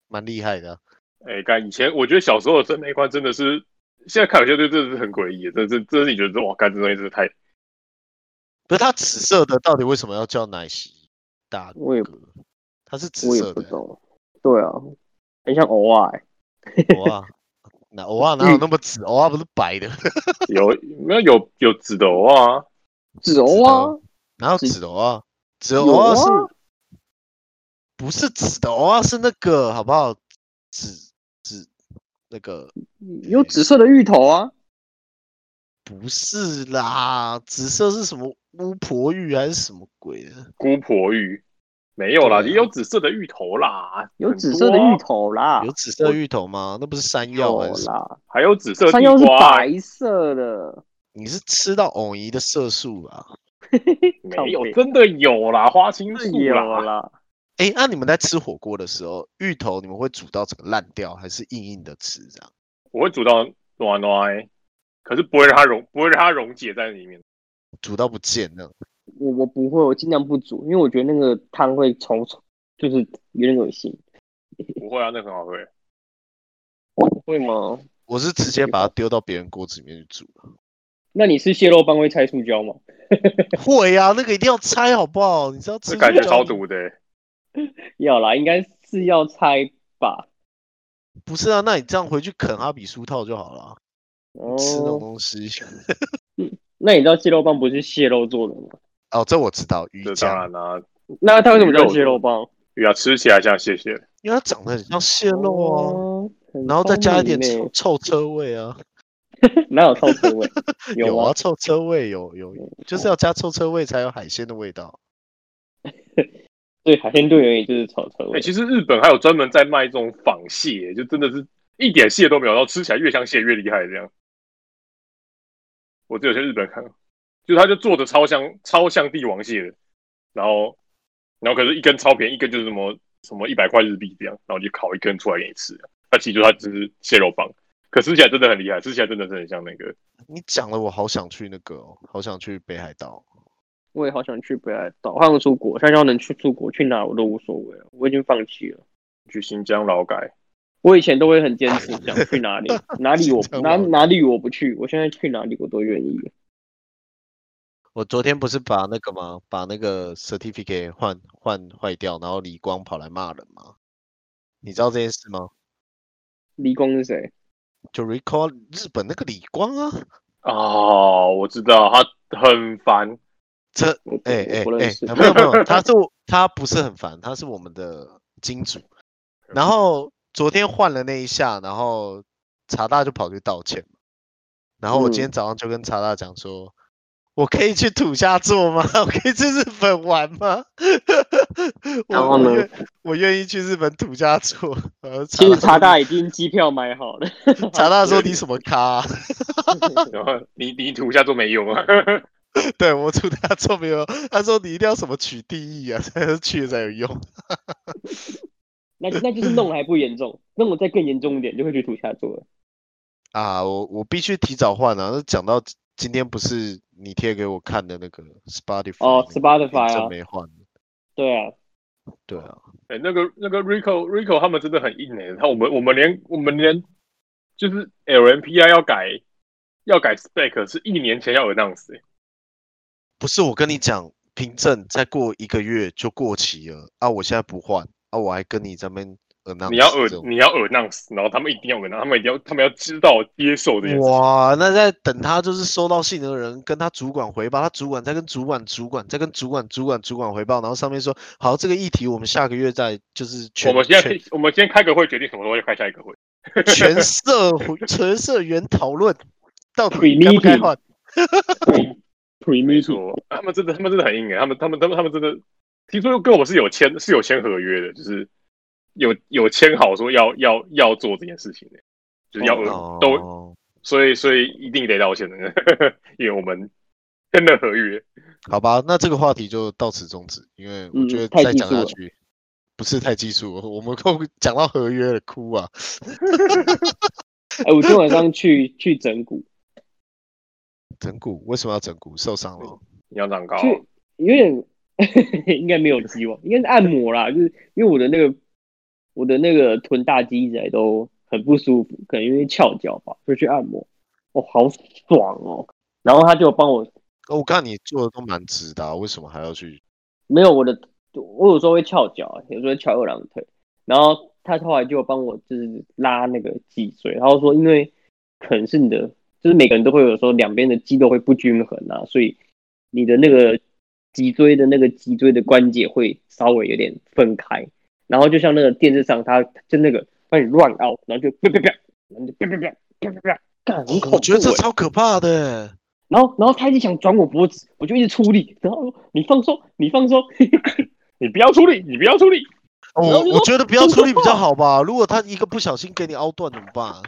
S2: 蛮厉害的啊、
S3: 哎，干以前我觉得小时候的真那一关真的是，现在看有些对真的是很诡异，这这这是你觉得哇，干这东西真的太
S2: 不是它紫色的到底为什么要叫奶昔大
S1: 我也
S2: 哥？它是紫
S1: 我也
S2: 色
S1: 不
S2: 的欸，
S1: 懂。对啊，很像偶尔、欸。*laughs*
S2: 偶尔那偶尔哪有那么紫？偶尔不是白的，
S3: 有没有有有紫的偶啊，
S1: 纸偶啊，
S2: 哪有
S1: 紫
S2: 紫的偶尔？紫的
S1: 有
S2: 偶
S1: 啊
S2: 尔是不是紫的偶尔是那个好不好？紫紫那个
S1: 有紫色的芋头啊，
S2: 不是啦，紫色是什么巫婆玉还是什么鬼的？
S3: 姑婆芋没有啦，
S2: 对啊
S3: 也有紫色的芋头啦，
S1: 有
S3: 很
S1: 紫色的
S3: 多啊
S1: 芋，头啦，
S2: 有紫色芋头吗？那不是山药还
S1: 有
S2: 是什么？
S1: 啦，
S3: 还有紫色
S1: 山
S3: 地
S1: 药是
S3: 瓜，
S1: 白色的，
S2: 你是吃到藕姨的色素啊吧？
S3: 没有
S1: 靠北
S3: 真的有啦，花青
S1: 是
S3: 素
S1: 有
S3: 啦，
S1: 啦，
S2: 哎，那、你们在吃火锅的时候，芋头你们会煮到整个烂掉，还是硬硬的吃这样？
S3: 我会煮到暖暖，可是不会让它溶，不会让它溶解在里面。
S2: 煮到不见那样？
S1: 我我不会，我尽量不煮，因为我觉得那个汤会稠稠，就是有点恶心。
S3: 不会啊，那很好喝欸。
S1: 会吗？
S2: 我是直接把它丢到别人锅子里面去煮。
S1: 那你吃蟹肉棒会拆塑胶吗？
S2: 会啊，那个一定要拆好不好？你知道吃
S3: 这感觉
S2: 肉
S3: 超
S2: 胶
S3: 毒的欸、
S1: 要啦，应该是要拆吧。
S2: 不是啊？那你这样回去啃哈比酥套就好了。啊
S1: 哦，
S2: 吃那种东西
S1: 那你知道蟹肉棒不是蟹肉做的吗？
S2: 哦，这我知道，鱼
S3: 这当
S2: 浆，
S3: 然啦、
S1: 那它为什么叫蟹肉棒？
S3: 对啊，吃起来像蟹蟹。
S2: 因为它长得很像蟹肉啊，
S1: 哦，很
S2: 然后再加一点
S1: 聪
S2: 臭
S1: 明
S2: 臭车味啊，
S1: 欸哪有超滋
S2: *laughs*
S1: 味？有
S2: 啊，嗯哦
S1: 啊，
S2: 臭车味有有，就是要加臭车味才有海鲜的味道。
S1: 对，海鲜对而言就是超滋
S3: 哎、
S1: 味。
S3: 其实日本还有专门在卖这种仿蟹欸、就真的是一点蟹都没有，然后吃起来越像蟹越厉害这样。我只有去日本看，就他就做的超像超像帝王蟹的，然后然后可是一根超便宜，一根就是什么什么一百块日币这样，然后就烤一根出来给你吃。那其实它只是蟹肉棒，可吃起来真的很厉害，吃起来真的是很像那个。
S2: 你讲了，我好想去那个、哦，好想去北海道。哦
S1: 我也好想去北海道，好想出国。现在要能去出国，去哪我都无所谓了，我已经放弃了。
S3: 去新疆劳改，
S1: 我以前都会很坚持，想去哪里，哪里我
S2: 真的
S1: 哪
S2: 吗
S1: 哪里我不去，我现在去哪里我都愿意。
S2: 我昨天不是把那个吗？把那个 certificate 换换坏掉，然后李光跑来骂人吗？你知道这件事吗？
S1: 离光是谁？
S2: 就 recall 日本那个李光啊，
S3: 哦，我知道他很烦，
S2: 这
S1: 我不
S2: 哎
S1: 我
S2: 哎
S1: 不认识。
S2: 哎，没有没
S1: *laughs*
S2: 有，他是我他不是很烦，他是我们的金主。然后昨天换了那一下，然后查大就跑去道歉嘛然后我
S1: 嗯
S2: 今天早上就跟查大讲说，我可以去土下座吗？ *laughs* 我可以去日本玩吗？ *laughs* 我
S1: 然后
S2: 我
S1: 呢
S2: 愿我愿意去日本土下座。 *laughs* 然后
S1: 其实查
S2: 大
S1: 大已经机票买好了，
S2: 查大
S1: *laughs*
S2: 说你什么咖啊、 *laughs*
S3: 然后你你涂一下都没用啊。
S2: 对我出他错没有，他说你一定要什么取缔役啊， *laughs* 才能去了才有用。
S1: 那那就是弄还不严重，弄我再更严重一点就会去土下座了。
S2: 啊，我我必须提早换啊！那讲到今今天不是你贴给我看的那个 Spotify
S1: 哦
S2: 那个凭
S1: ，Spotify
S2: 证
S1: 啊
S2: 没换，
S1: 对啊，
S2: 对啊，
S3: 哎、那个那个 Rico Rico 他们真的很硬哎、欸，他我们我们连我们连就是 LMPI 要改要改 spec 是一年前要 announce 欸
S2: 不是我跟你讲，凭证再过一个月就过期了啊！我现在不换啊，我还跟你咱们 announce
S3: 你要
S2: 这
S3: an
S2: 种
S3: 你要 announce，然后他们一定要 announce，他们一定要他们要知道接受这件事。
S2: 哇，那在等他就是收到信的人跟他主管回报，他主管再跟主管、主管再跟主管、主管、主管回报，然后上面说好，这个议题我们下个月再就是全
S3: 我们现在
S2: 全
S3: 可以我们先开个会决定什么时候要开下一个会。
S2: 全社会 *laughs* 全社员讨论到底该不该
S1: Pre-meeting
S2: 换。
S1: pre
S3: 没
S1: meeting
S3: 错，他们真的他们真的很硬哎、他们他们他们他们真的听说跟我们是有签是有签合约的，就是有有签好说要要要做这件事情的、就是要、
S2: 哦，
S3: 都所以所以一定得道歉的， *laughs* 因为我们签了合约。
S2: 好吧，那这个话题就到此终止，因为我
S1: 嗯
S2: 觉得
S1: 太
S2: 再
S1: 技
S2: 讲
S1: 术
S2: 下
S1: 了
S2: 去，不是太技术，我们够讲到合约了，哭啊！
S1: 哎，我今天晚上去去整骨，
S2: 整骨为什么要整骨？受伤了？
S1: 嗯
S3: 你要长高，
S1: 去有点 *laughs* 应该没有希望，应该是按摩啦，就是因为我的那个我的那个臀大肌一直以来都很不舒服，可能因为翘脚吧，就去按摩，哦，好爽哦。然后他就帮我，
S2: 哦，我看你做的都蛮直的、啊，为什么还要去？
S1: 没有我的，我有时候会翘脚，有时候会翘二郎腿，然后他后来就帮我就是拉那个脊椎，然后说因为可能是你的，就是每个人都会有时候两边的肌肉会不均衡啊，所以你的那个脊椎的那个脊椎的关节会稍微有点分开，然后就像那个电视上他就那个帮你乱凹，然后就啪啪啪，然后就啪啪啪啪啪啪，干很恐怖、欸。
S2: 我觉得这超可怕的。
S1: 然后，然后他一直想转我脖子，我就一直出力。然后你放松，你放松，
S3: 你不要出力，你不要出力，
S2: 哦
S1: 然后
S2: 我
S1: 就
S2: 我
S1: 说
S2: 觉得不要
S1: 很可
S2: 出力比较
S1: 怕
S2: 好吧。如果他一个不小心给你凹断怎么办？
S1: 啊，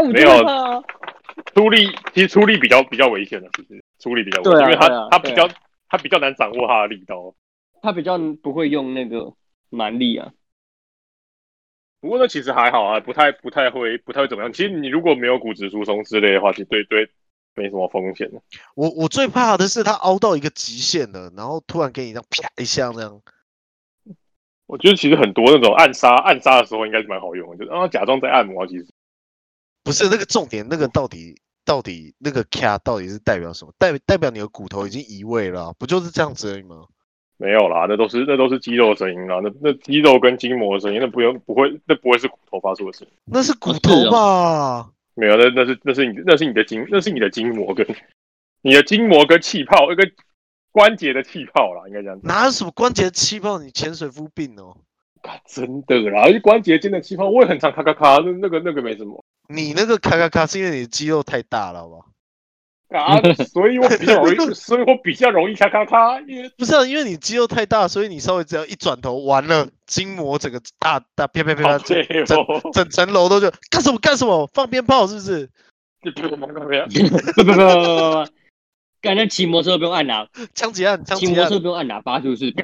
S1: 我就
S3: 没有
S1: 害怕啊。
S3: 出力其实出力比较比较危险的，其实出力比较危险，
S1: 对啊
S3: 因为他、
S1: 对啊
S3: 他
S1: 对
S3: 比
S1: 啊
S3: 较他比较难掌握他的力道。
S1: 他比较不会用那个蛮力啊，
S3: 不过那其实还好啊，不太不太会不太会怎么样。其实你如果没有骨质疏松之类的话，其实对对没什么风险的。
S2: 我我最怕的是他凹到一个极限了，然后突然给你这样啪一下这样。
S3: 我觉得其实很多那种暗杀暗杀的时候应该是蛮好用的，就是啊假装在按摩，其实
S2: 不是那个重点，那个到底到底那个卡到底是代表什么？代代表你的骨头已经移位了啊、不就是这样子而已吗？
S3: 没有啦，那都是那都是肌肉的声音啦，那那肌肉跟筋膜的声音，那不用不会那不会是骨头发出的声音，
S2: 那是骨
S1: 是
S2: 头
S1: 哦
S2: 吧？
S3: 没有，那那是那是你的那是你的筋那是你的筋膜跟你的筋膜跟气泡一个关节的气泡啦，应该这样讲。
S2: 哪有什么关节气泡？你潜水夫病哦！
S3: 啊真的啦，就关节间的气泡，我也很常咔咔咔，那那个那个没什么
S2: 你那个咔咔咔是因为你肌肉太大了，好不好？
S3: 啊， *laughs* 所以我比较容
S1: *laughs*
S3: 易，所以我比较容易咔咔咔，因为
S2: 不是、啊，因为你肌肉太大，所以你稍微只要一转头，完了，筋膜整个大大啪啪啪
S1: 啊
S3: 好
S2: 啪，
S3: 累
S2: 整
S3: 哦，
S2: 整层楼都就干什么干什么，放鞭炮是不是？
S3: 不 *laughs* 不不不，
S1: 不不不不不不，感觉骑摩托车不用按喇，
S2: 枪击案，枪
S1: 骑摩
S2: 击
S1: 托
S2: 案
S1: 车，不用按喇叭，是不是？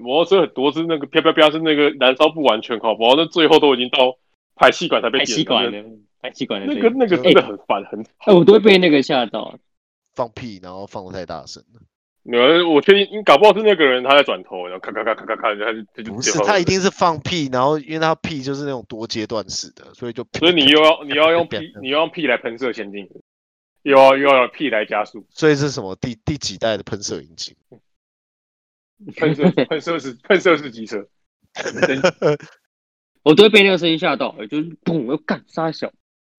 S3: 摩托车很多是那个啪啪啪是那个燃烧不完全，好不好？那最后都已经到排气管才被
S1: 排
S3: 点
S1: 气管
S3: 了，
S1: 的，排气管的
S3: 那
S1: 声
S3: 个
S1: 音。
S3: 那个真的很烦，很
S1: 哎，我都会被那个吓到。
S2: 放屁，然后放的太大声了。
S3: 呃，我确定你搞不好是那个人他在转头，然后咔咔咔咔咔咔，然后他就
S2: 不是，他一，定是放屁，然后因为他屁就是那种多阶段式的，所以就。
S3: 所以你又要你要
S2: *laughs*
S3: 用屁，你要用屁来喷射前进，又要又要屁来加速，
S2: 所以是什么第第几代的喷射引擎？
S3: 喷
S2: *laughs*
S3: 射喷射式 *laughs* 喷射式机车。
S1: 我都会被那个声音吓到，就是砰，要干杀小。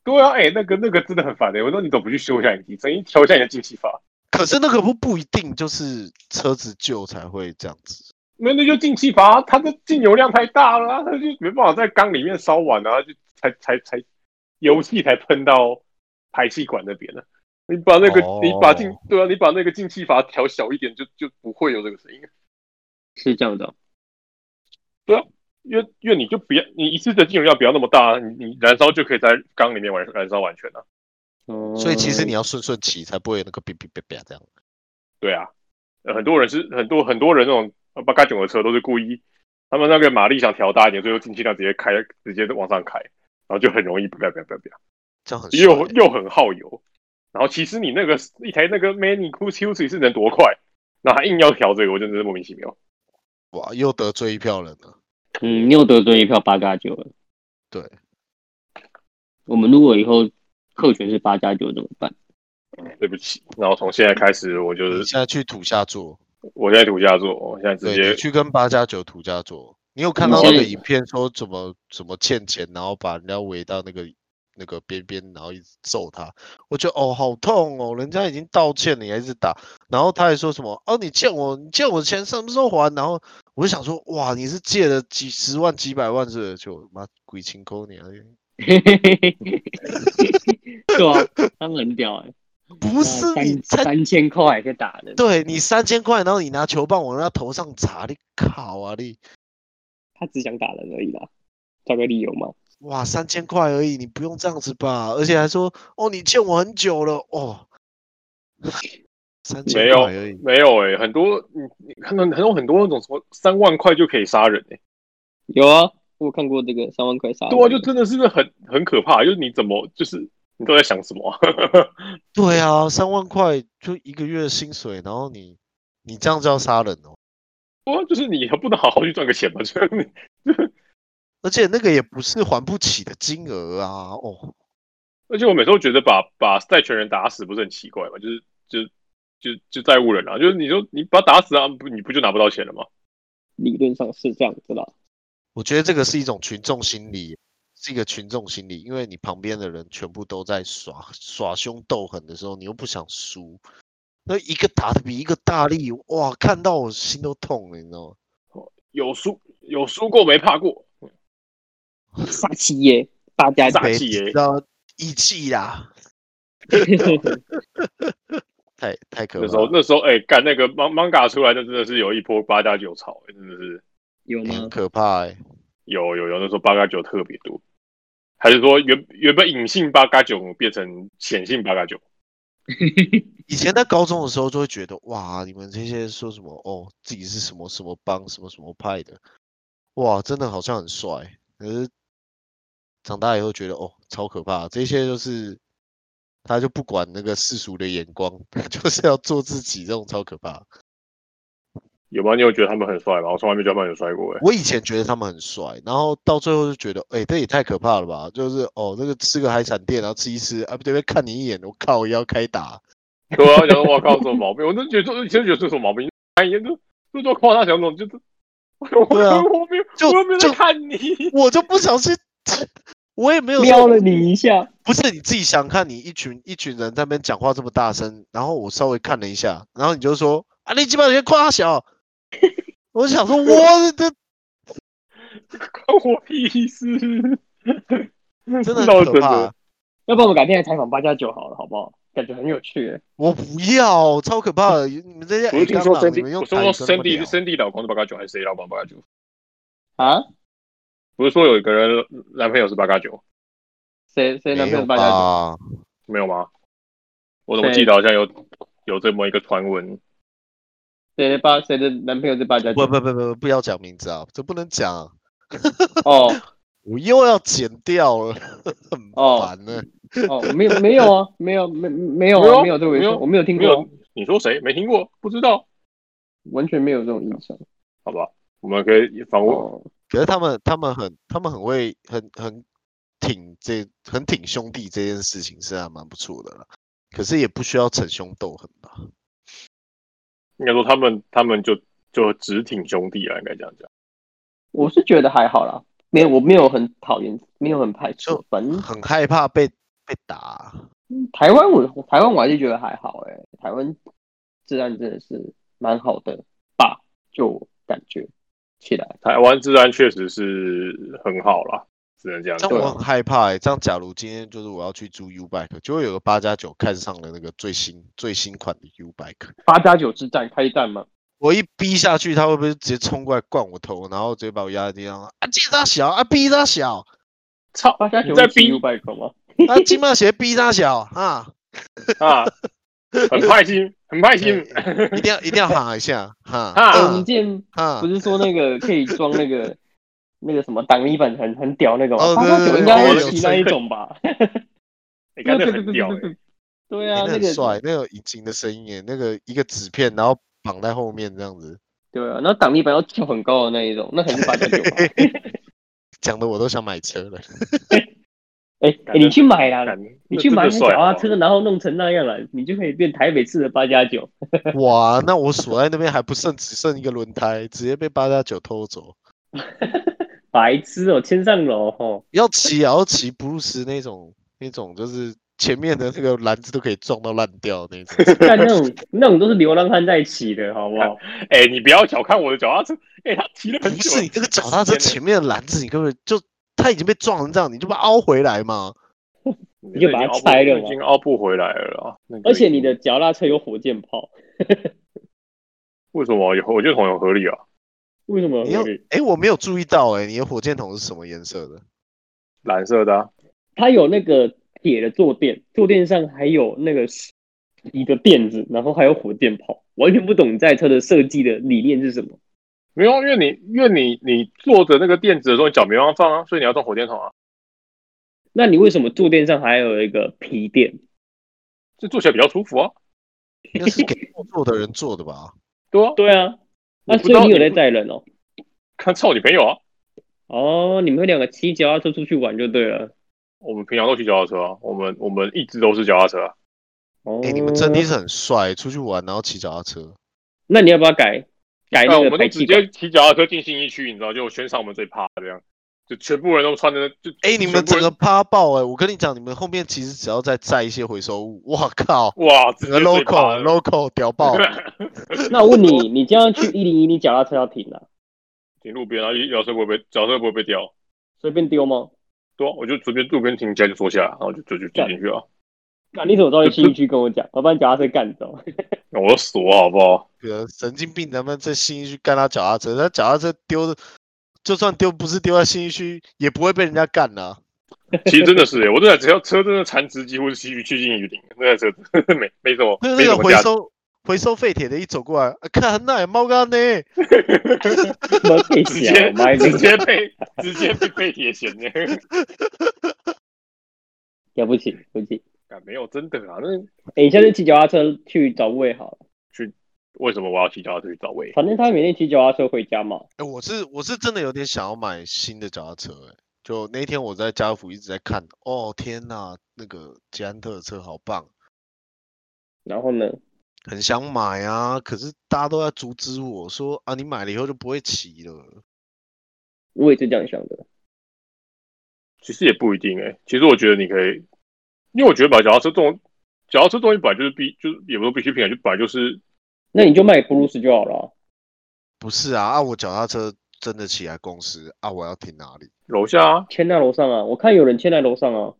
S3: 对啊，哎、那个那个真的很烦的、我说你怎么不去修一下你机车？你调一下你的进气阀，
S2: 可是那个不不一定就是车子旧才会这样子。
S3: 那那就进气阀，它的进油量太大了、啊，它就没办法在缸里面烧完啊，就才才才油气才喷到排气管那边了、啊你把那个，
S2: 哦
S3: 你把进对啊，你把那个进气阀调小一点，就就不会有这个声音。
S1: 是这样的哦，
S3: 因为因为你就不要，你一次的进油量不要那么大啊，你你燃烧就可以在缸里面完燃烧完全了、啊。
S1: 哦
S2: 所以其实你要顺顺骑才不会有那个哔哔哔哔这样。
S3: 对啊，呃很多人是很多很多人那种呃八嘎囧的车都是故意，他们那个马力想调大一点，最后进气量直接开，直接往上开，然后就很容易不要不要不要不要，
S2: 这样很帅
S3: 又
S2: 欸
S3: 又很耗油。然后其实你那个一台那个 Mini Q Q 是能多快，那还硬要调这个，我真的是莫名其妙。
S2: 哇，又得罪一票人了。
S1: 嗯，你又得罪一票八加九了。
S2: 对，
S1: 我们如果以后客群是八加九怎么办？
S3: 对不起，然后从现在开始，我就
S2: 你
S3: 是
S2: 现在去土下座，
S3: 我现在独家做，我现在直
S2: 对，你
S3: 接
S2: 去跟八加九土下座。你有看到
S1: 嗯
S2: 那
S1: 所
S2: 个
S1: 以
S2: 影片说怎么怎么欠钱，然后把人家围到那个那个边边，然后一直揍他。我觉得哦，好痛哦，人家已经道歉了，你还一直打。然后他还说什么哦，你欠我，你欠我钱什么时候还？然后我就想说，哇，你是借了几十万、几百万是不是？就妈鬼情勾你啊！
S1: 嗯对啊，他们很屌哎、
S2: 不是你
S1: 呃三
S2: 才
S1: 三千块可以打的，
S2: 对你三千块，然后你拿球棒往人家头上砸，你靠啊你！
S1: 他只想打人而已啦，找个理由嘛。
S2: 哇，三千块而已，你不用这样子吧？而且还说哦，你欠我很久了哦。三千
S3: 没有
S2: 块而已，
S3: 没有哎、很多你你看到很多很多那种什么三万块就可以杀人哎、
S1: 有啊，我有看过这个三万块杀人。
S3: 对啊，就真的是很很可怕，就是你怎么就是你都在想什么啊、 *laughs*
S2: 对啊，三万块就一个月的薪水，然后你你这样就要杀人哦，
S3: 对啊，就是你还不能好好去赚个钱吗？就是你
S2: 而且那个也不是还不起的金额啊，哦，
S3: 而且我每次都觉得把把债权人打死不是很奇怪吗？就是就就就债务人啊，就是你说你把他打死啊，不你不就拿不到钱了吗？
S1: 理论上是这样子啦。
S2: 我觉得这个是一种群众心理，是一个群众心理，因为你旁边的人全部都在耍耍凶斗狠的时候，你又不想输，那一个打的比一个大力，哇，看到我心都痛了，你知道吗？
S3: 有输有输过没怕过，
S1: 杀气耶，大家
S3: 大
S2: 没
S3: 气耶
S2: 知道义气啦，太太可
S3: 那时
S2: 怕
S3: 候
S2: 了，
S3: 那时候哎干、那个芒芒嘎出来，那真的是有一波八加九潮、真的是
S1: *laughs* 有
S2: 欸很
S1: 吗？
S2: 可怕哎、
S3: 有有有，那时候八加九特别多，还是说原原本隐性八加九变成显性八加九？
S2: 以前在高中的时候就会觉得，哇，你们这些说什么哦，自己是什么什么帮什么什么派的，哇，真的好像很帅。可是长大以后觉得，哦，超可怕。这些就是他就不管那个世俗的眼光， *laughs* 他就是要做自己，这种超可怕。
S3: 有吗？你有觉得他们很帅吗？我从来没觉得他们很帅过哎、
S2: 我以前觉得他们很帅，然后到最后就觉得，哎、这也太可怕了吧！就是哦，那个吃个海产店，然后吃一吃，啊，不对，看你一眼，我靠，要开打。
S3: *laughs* 对啊，我想说我靠，有什么毛病？我真的觉得，以前觉得是有什么毛病？哎呀，都都都夸大小那种，就是我
S2: 对啊
S3: 我没有，
S2: 就
S3: 我又没有在
S2: 就
S3: 看你， *laughs*
S2: 我就不小心，我也没有
S1: 瞄
S2: 说
S1: 了你一下，
S2: 不是你自己想看，你一群一群人在那边讲话这么大声，然后我稍微看了一下，然后你就说啊，你鸡巴人
S1: *laughs*
S2: 夸小，我想说我的
S3: 关我屁事。
S2: 真的
S3: 那我
S2: 很可
S3: 真的
S2: 怕，哎
S1: 要不然我们改天来采访八加九好了，好不好？感觉很有趣耶。
S2: 我不要，超可怕的，你们这些
S3: 我是
S2: 矮
S3: 听
S2: 缸
S3: 说
S2: 郎，
S3: 森
S2: 你
S3: 地，
S2: 们
S3: 我
S2: 用
S3: 是
S2: 台
S3: 说
S2: 语跟他
S3: 森
S2: 们
S3: 地
S2: 聊
S3: 是森地老公的八嘎九还是谁老公的八嘎九？
S1: 啊？
S3: 不是说有一个人男朋友是八嘎九
S1: 谁谁男朋
S2: 没
S1: 友
S2: 有
S1: 是八加九？
S2: 吧？
S3: 没有吗？我怎么
S1: 对
S3: 记得好像有有这么一个传闻？
S1: 谁的八谁的男朋友是八加
S2: 不
S1: 九？
S2: 不不不，不要讲名字啊，这不能讲，
S1: 哦
S2: 我又要剪掉了，很
S1: 哦
S2: 烦呢。
S1: 哦，没有没有啊，没有没没有
S3: 没有
S1: 啊，没有这回
S3: 没
S1: 事，
S3: 有
S1: 我没有听
S3: 没
S1: 过
S3: 有，，你说谁？没听过，不知道，
S1: 完全没有这种印象。
S3: 好吧？我们可以访问，
S1: 哦，
S2: 可是他们他们很他们很会很很挺这很挺兄弟这件事情是还蛮不错的啦。可是也不需要逞凶斗狠吧？
S3: 应该说他们他们就就直挺兄弟了，应该这样讲。
S1: 我是觉得还好啦，没有我没有很讨厌，没有很排
S2: 就
S1: 斥，反正
S2: 很害怕被被打，啊
S1: 嗯台湾我台湾我还是觉得还好哎、台湾治安真的是蛮好的吧，就我感觉起来
S3: 台湾治安确实是很好啦，只能这样
S2: 这
S3: 讲
S1: 对
S2: 样。
S1: 啊
S2: 我很害怕、欸。这样，假如今天就是我要去租 U bike，就会有个八加九看上了那个最新最新款的 U bike，
S1: 八加九之战开战嘛，
S2: 我一逼下去，他会不会直接冲过来灌我头，然后直接把我压在地上？啊，这他小啊，逼他小
S3: 操
S1: 八加九
S3: 你在
S1: 五
S3: 逼
S1: 百口吗？
S2: *laughs* 啊，金马鞋逼他小 *laughs* 啊！
S3: 啊，很
S1: *laughs*
S3: 派心，很派心
S2: 对哎一定要一定要喊一下，哈
S3: 哈
S1: 哎我们
S2: 啊
S1: 之前
S2: 哈
S1: 不！是说那个可以装那个那个什么挡泥板很很屌那个吗
S2: 哦？
S1: 八加
S2: 对
S1: 九
S2: 对
S1: 应该
S3: 对
S1: 会骑那一种
S2: *laughs*
S1: 吧？
S3: 你看那个很屌欸，
S1: 对
S2: 欸
S1: 啊，
S2: 那
S1: 那
S2: 很
S1: 个
S2: 帅，那有引擎的声音耶，那个一个纸片，然后绑在后面这样子，
S1: 对啊，那挡泥板要跳很高的那一种，那才是八加
S2: *laughs*
S1: 九吧？
S2: 讲的我都想买车
S1: *laughs*
S2: 了。
S1: 哎、哎你去买啦，
S3: 干
S1: 你去买
S3: 那
S1: 那
S3: 真
S1: 脚
S3: 的帅啊
S1: 踏
S3: 好不好
S1: 车，然后弄成那样了，你就可以变台北市的八加九。
S2: 哇，那我锁在那边还不剩只剩一个轮胎，直接被八加九偷走。
S1: 白痴哦，千上楼
S3: *laughs*
S1: 哦，
S2: 要骑也要骑布鲁斯那种那种，就是前面的那个篮子都可以撞到烂掉那种。
S1: *laughs* 看那种那种都是流浪汉在骑的，好不
S3: *laughs*
S1: 好？
S3: 哎、你不要小看我的脚踏车，哎、他骑了
S2: 不
S3: 很久
S2: 是
S3: 了
S2: 你这个脚踏车前面的篮子，你根本就它已经被撞成这样，你就把它凹回来嘛。
S3: 你
S1: 就把它拆了嘛
S3: 已经凹不回来了啊。那个
S1: 而且你的脚踏车有火箭炮，
S3: 为什么有？我觉得很有合理啊，
S1: 为什么
S2: 你要
S1: 合理？
S2: 哎、我没有注意到哎、你的火箭筒是什么颜色的？
S3: 蓝色的、啊，
S1: 它有那个铁的坐垫，坐垫上还有那个一个辫子，然后还有火箭炮，完全不懂这台车的设计的理念是什么。
S3: 没有，因为你因为你你坐着那个垫子的时候，你脚没办法放啊，所以你要装火箭筒啊，
S1: 那你为什么坐垫上还有一个皮垫？
S3: 这坐起来比较舒服啊。
S2: 那是给工作的人做的吧？
S3: 对啊，
S1: 对啊，那
S3: 我不
S1: 所
S3: 知
S1: 以
S3: 道
S1: 你有在
S3: 不
S1: 载人哦？
S3: 看操你朋友啊，
S1: 哦，你们两个骑脚踏车出去玩就对了。
S3: 我们平常都骑脚踏车啊，我们我们一直都是脚踏车啊。
S1: 哦，
S2: 哎、你们真的是很帅，出去玩然后骑脚踏车。
S1: 那你要不要改改
S3: 哎，
S1: 那
S3: 我
S1: 个
S3: 们都
S1: 排
S3: 直
S1: 气
S3: 接
S1: 管？
S3: 骑脚踏车进信义区，你知道，就全场我们最怕这样，就全部人都穿着就
S2: 哎、你
S3: 全
S2: 们整
S3: 部
S2: 个
S3: 人
S2: 趴爆哎、我跟你讲，你们后面其实只要再载一些回收物，哇
S3: *laughs*
S2: 靠，
S3: 哇，
S2: 整
S3: 整
S2: 个 local local
S3: *laughs*
S2: 屌爆！
S1: 那我问你，你这样去一零一，你脚踏车要停啊？
S3: 停路边啊，一脚车不会被脚车不会被掉，
S1: 随便丢吗？
S3: 对啊，我就随便路边停起来就坐下来，然后就就就就进去啊了，
S1: 那、你怎么知道去新区跟我讲？我把你脚踏车干走。 *laughs*
S3: 那我锁好不好？
S2: 个神经病，咱们在新一区干他脚踏车，他脚踏车丢的，就算丢不是丢在新一区，也不会被人家干呐、
S3: 其实真的是、欸，我这台只要车真的残值几乎是趋趋近于零，那台车真的没没什么，
S2: 那
S3: 没什
S2: 那个
S3: 么
S2: 回
S3: 价值。
S2: 收回收废铁的一走过来，啊、看那也猫干呢，
S1: 我退
S3: 直
S1: 下，
S3: 接
S1: 我 *laughs*
S3: *laughs*
S1: 妈一
S3: 直
S1: 直
S3: 接被直接被被铁钳呢？ *laughs*
S1: 也不行，不行。
S3: 啊，没有真的啊，那
S1: 哎、你下次骑脚踏车去找魏好了，
S3: 为什么我要骑脚踏车去找位？
S1: 反正他每天骑脚踏车回家嘛。
S2: 哎、我是我是真的有点想要买新的脚踏车、欸，就那天我在家福一直在看，哦天呐，那个捷安特的车好棒，
S1: 然后呢，
S2: 很想买啊，可是大家都在阻止我说啊，你买了以后就不会骑了。
S1: 我也是这样想的。
S3: 其实也不一定哎、其实我觉得你可以，因为我觉得把脚踏车这种脚踏车东西本来就是必，就是也不是必需品啊，就本来就是
S1: 那你就卖给布鲁斯就好了啊、
S2: 不是啊，啊我脚踏车真的骑来公司啊，我要停哪里？
S3: 楼下啊。
S1: 签在楼上啊。我看有人签在楼上啊，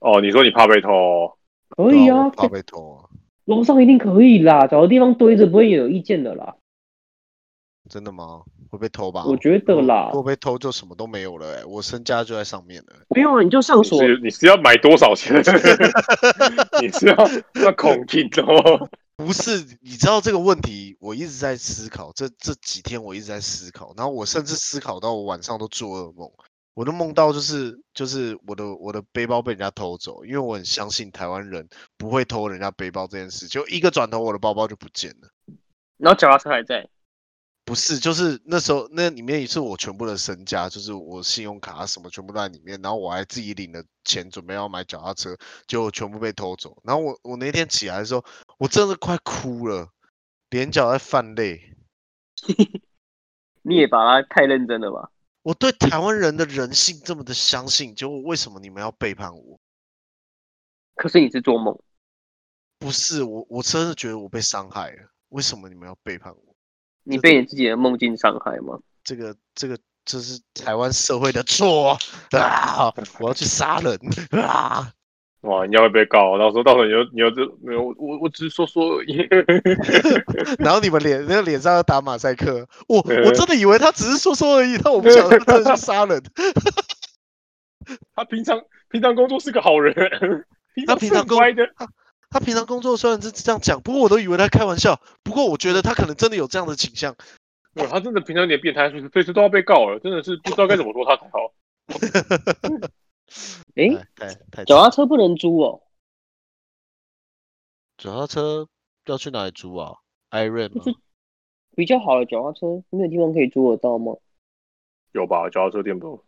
S3: 哦，你说你怕被偷哦、
S1: 可
S2: 对
S1: 以
S2: 啊，
S1: 啊
S2: 我，怕被偷啊，
S1: 楼上一定可以啦，找个地方堆着不会有意见的啦。
S2: 真的吗？会被偷吧？
S1: 我觉得啦
S2: 如，果被偷就什么都没有了、欸，我身家就在上面了、欸。
S1: 没有啊，你就上
S3: 你是你是要买多少钱？ *laughs* 你是要要恐惊哦？
S2: 不是，你知道这个问题，我一直在思考，这这几天我一直在思考，然后我甚至思考到我晚上都做噩梦，我都梦到就是就是我的我的背包被人家偷走，因为我很相信台湾人不会偷人家背包这件事，就一个转头我的包包就不见了。
S1: 然后脚踏车还在。
S2: 不是，就是那时候那里面也是我全部的身家，就是我信用卡什么全部都在里面，然后我还自己领了钱准备要买脚踏车，结果全部被偷走。然后我我那天起来的时候，我真的快哭了，眼角在泛泪。
S1: 你也把它太认真了吧？
S2: 我对台湾人的人性这么的相信，结果为什么你们要背叛我？
S1: 可是你是做梦，
S2: 不是我，我真的觉得我被伤害了。为什么你们要背叛我？
S1: 你被你自己的梦境伤害吗？
S2: 这个这个，这是台湾社会的错 *laughs* 啊！我要去杀人 *laughs* 啊！
S3: *laughs* 哇，你要会被告哦，到时候到时候你就你要这没有我我我只是说说而已。 *laughs*
S2: 然后你们脸那个脸上要打马赛克，我我
S3: 呃
S2: 真的以为他只是说说而已，但我不晓得他真的去杀人。
S3: 他平常平常工作是个好人， *laughs* 平
S2: 他
S3: 常
S2: 平
S3: 是
S2: 常
S3: 很
S2: 工
S3: 乖的。
S2: 他平常工作虽然是这样讲，不过我都以为他开玩笑。不过我觉得他可能真的有这样的倾向。
S3: 哇，他真的平常有点变态，所以随时都要被告了，真的是不知道该怎么说他才好。
S1: 诶、
S2: 哎太太
S1: 脚踏车不能租哦，
S2: 脚踏车要去哪里租啊？Iron
S1: 不是比较好的脚踏车没有地方可以租得到吗？
S3: 有吧？脚踏车店不？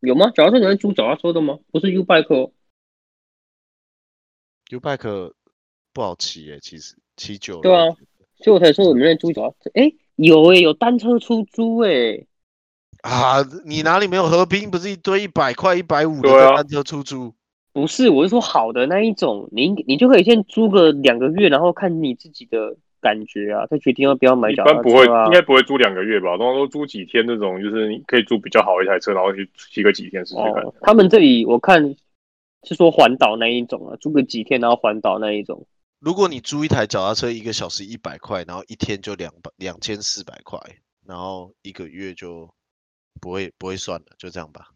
S1: 有吗？脚踏车能租脚踏车的吗？不是 U bike 哦。
S2: U Bike 不好骑耶、其实骑久了。
S1: 对啊，所以我才说我们在租脚踏车。诶、有诶、有单车出租诶、
S2: 啊，你哪里没有合并？不是一堆一百块、一百五的
S3: 对啊
S2: 单车出租？
S1: 不是，我是说好的那一种，你你就可以先租个两个月，然后看你自己的感觉啊，再决定要不要买
S3: 一
S1: 脚踏车、啊。
S3: 般不会，应该不会租两个月吧？通常都租几天那种，就是你可以租比较好的一台车，然后去骑个几天试试看。
S1: 哦，他们这里我看是说环岛那一种啊，租个几天然后环岛那一种。
S2: 如果你租一台脚踏车，一个小时一百块，然后一天就两百两千四百块，然后一个月就不会不会算了，就这样吧。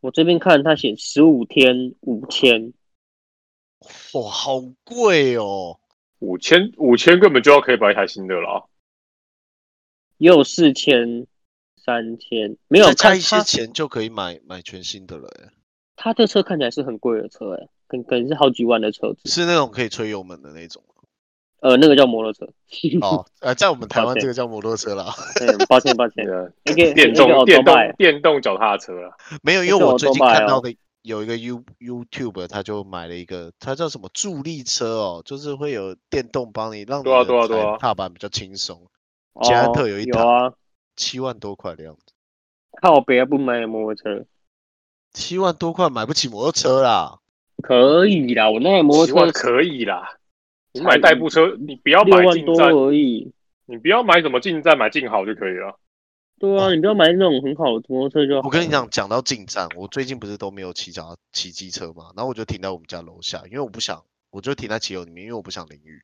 S1: 我这边看他写十五天五千，
S2: 哇，好贵哦！
S3: 五千五千根本就要可以买一台新的了啊。
S1: 也有四千、三千，没有
S2: 再加
S1: 看
S2: 一些
S1: 它
S2: 钱就可以买买全新的了、欸，
S1: 它这车看起来是很贵的车、欸，哎，可可能是好几万的车子。
S2: 是那种可以吹油门的那
S1: *laughs*
S2: 种吗。
S1: 呃，那个叫摩托车。 *laughs*
S2: 哦，呃，在我们台湾
S1: 歉
S2: 这个叫摩托车啦，
S1: 嗯，抱歉抱歉
S3: 那，个
S1: 那个
S3: 电
S1: 哎那个
S3: 动
S1: 我
S3: 电
S1: 都
S3: 动
S1: 买，
S3: 电动脚踏车啊啦，
S1: *laughs*
S2: 没有，因为
S1: 这个
S2: 我
S1: 我
S2: 最
S1: 都
S2: 近
S1: 买
S2: 看到
S1: 哦
S2: 的有一个 You YouTube，他就买了一个，他叫什么助力车哦，就是会有电动帮你让你
S3: 对啊
S2: 的
S3: 对啊对
S2: 踩
S3: 啊
S2: 踏板比较轻松，
S1: 哦
S2: 捷安特有一台
S1: 啊，
S2: 七万多块的样子，
S1: 靠别不买摩托车，
S2: 七万多块买不起摩托车啦，
S1: 可以啦，我那台摩
S3: 奇怪
S1: 托车
S3: 可以啦。你
S1: 才
S3: 买代步车，你不要
S1: 六
S3: 买
S1: 万
S3: 进
S1: 多
S3: 站，
S1: 而已。
S3: 你不要买什么进站，买进好就可以了。
S1: 对啊，你不要买那种很好的摩托车就好。
S2: 哦我跟你，讲，讲到进站，我最近不是都没有骑脚骑机车嘛，然后我就停在我们家楼下，因为我不想，我就停在骑楼里面，因为我不想淋雨。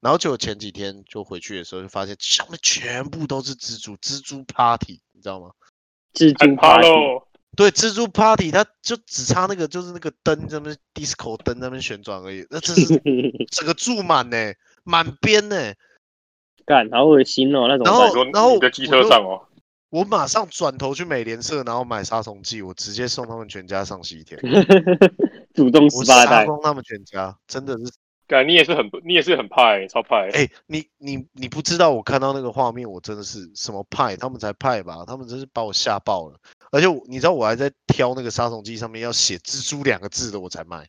S2: 然后就有前几天就回去的时候，就发现上面全部都是蜘蛛，蜘蛛 party，你知道吗？
S1: 蜘
S3: 很
S1: 蛛
S3: 怕
S1: 爬行
S3: 喽，
S2: 对，蜘蛛 party，它就只差那个就是那个灯在那边 disco 灯在那边旋转而已，那真
S1: *laughs*
S2: 是整个住满呢、满编呢、
S1: 干，好恶心哦，那种。
S2: 然
S3: 你
S2: 后
S3: 说
S2: 然后
S3: 你的机车上哦，
S2: 我马上转头去美联社，然后买杀虫剂，我直接送他们全家上西天，
S1: *laughs* 祖宗
S2: 我
S1: 十八
S2: 杀
S1: 代，
S2: 光他们全家，真的是
S3: 感你也是很你也是很派、超派、 *laughs*
S2: 哎、你你你不知道，我看到那个画面，我真的是什么派，他们才派吧，他们真是把我吓爆了。而且我你知道，我还在挑那个杀虫剂上面要写“蜘蛛”两个字的，我才买。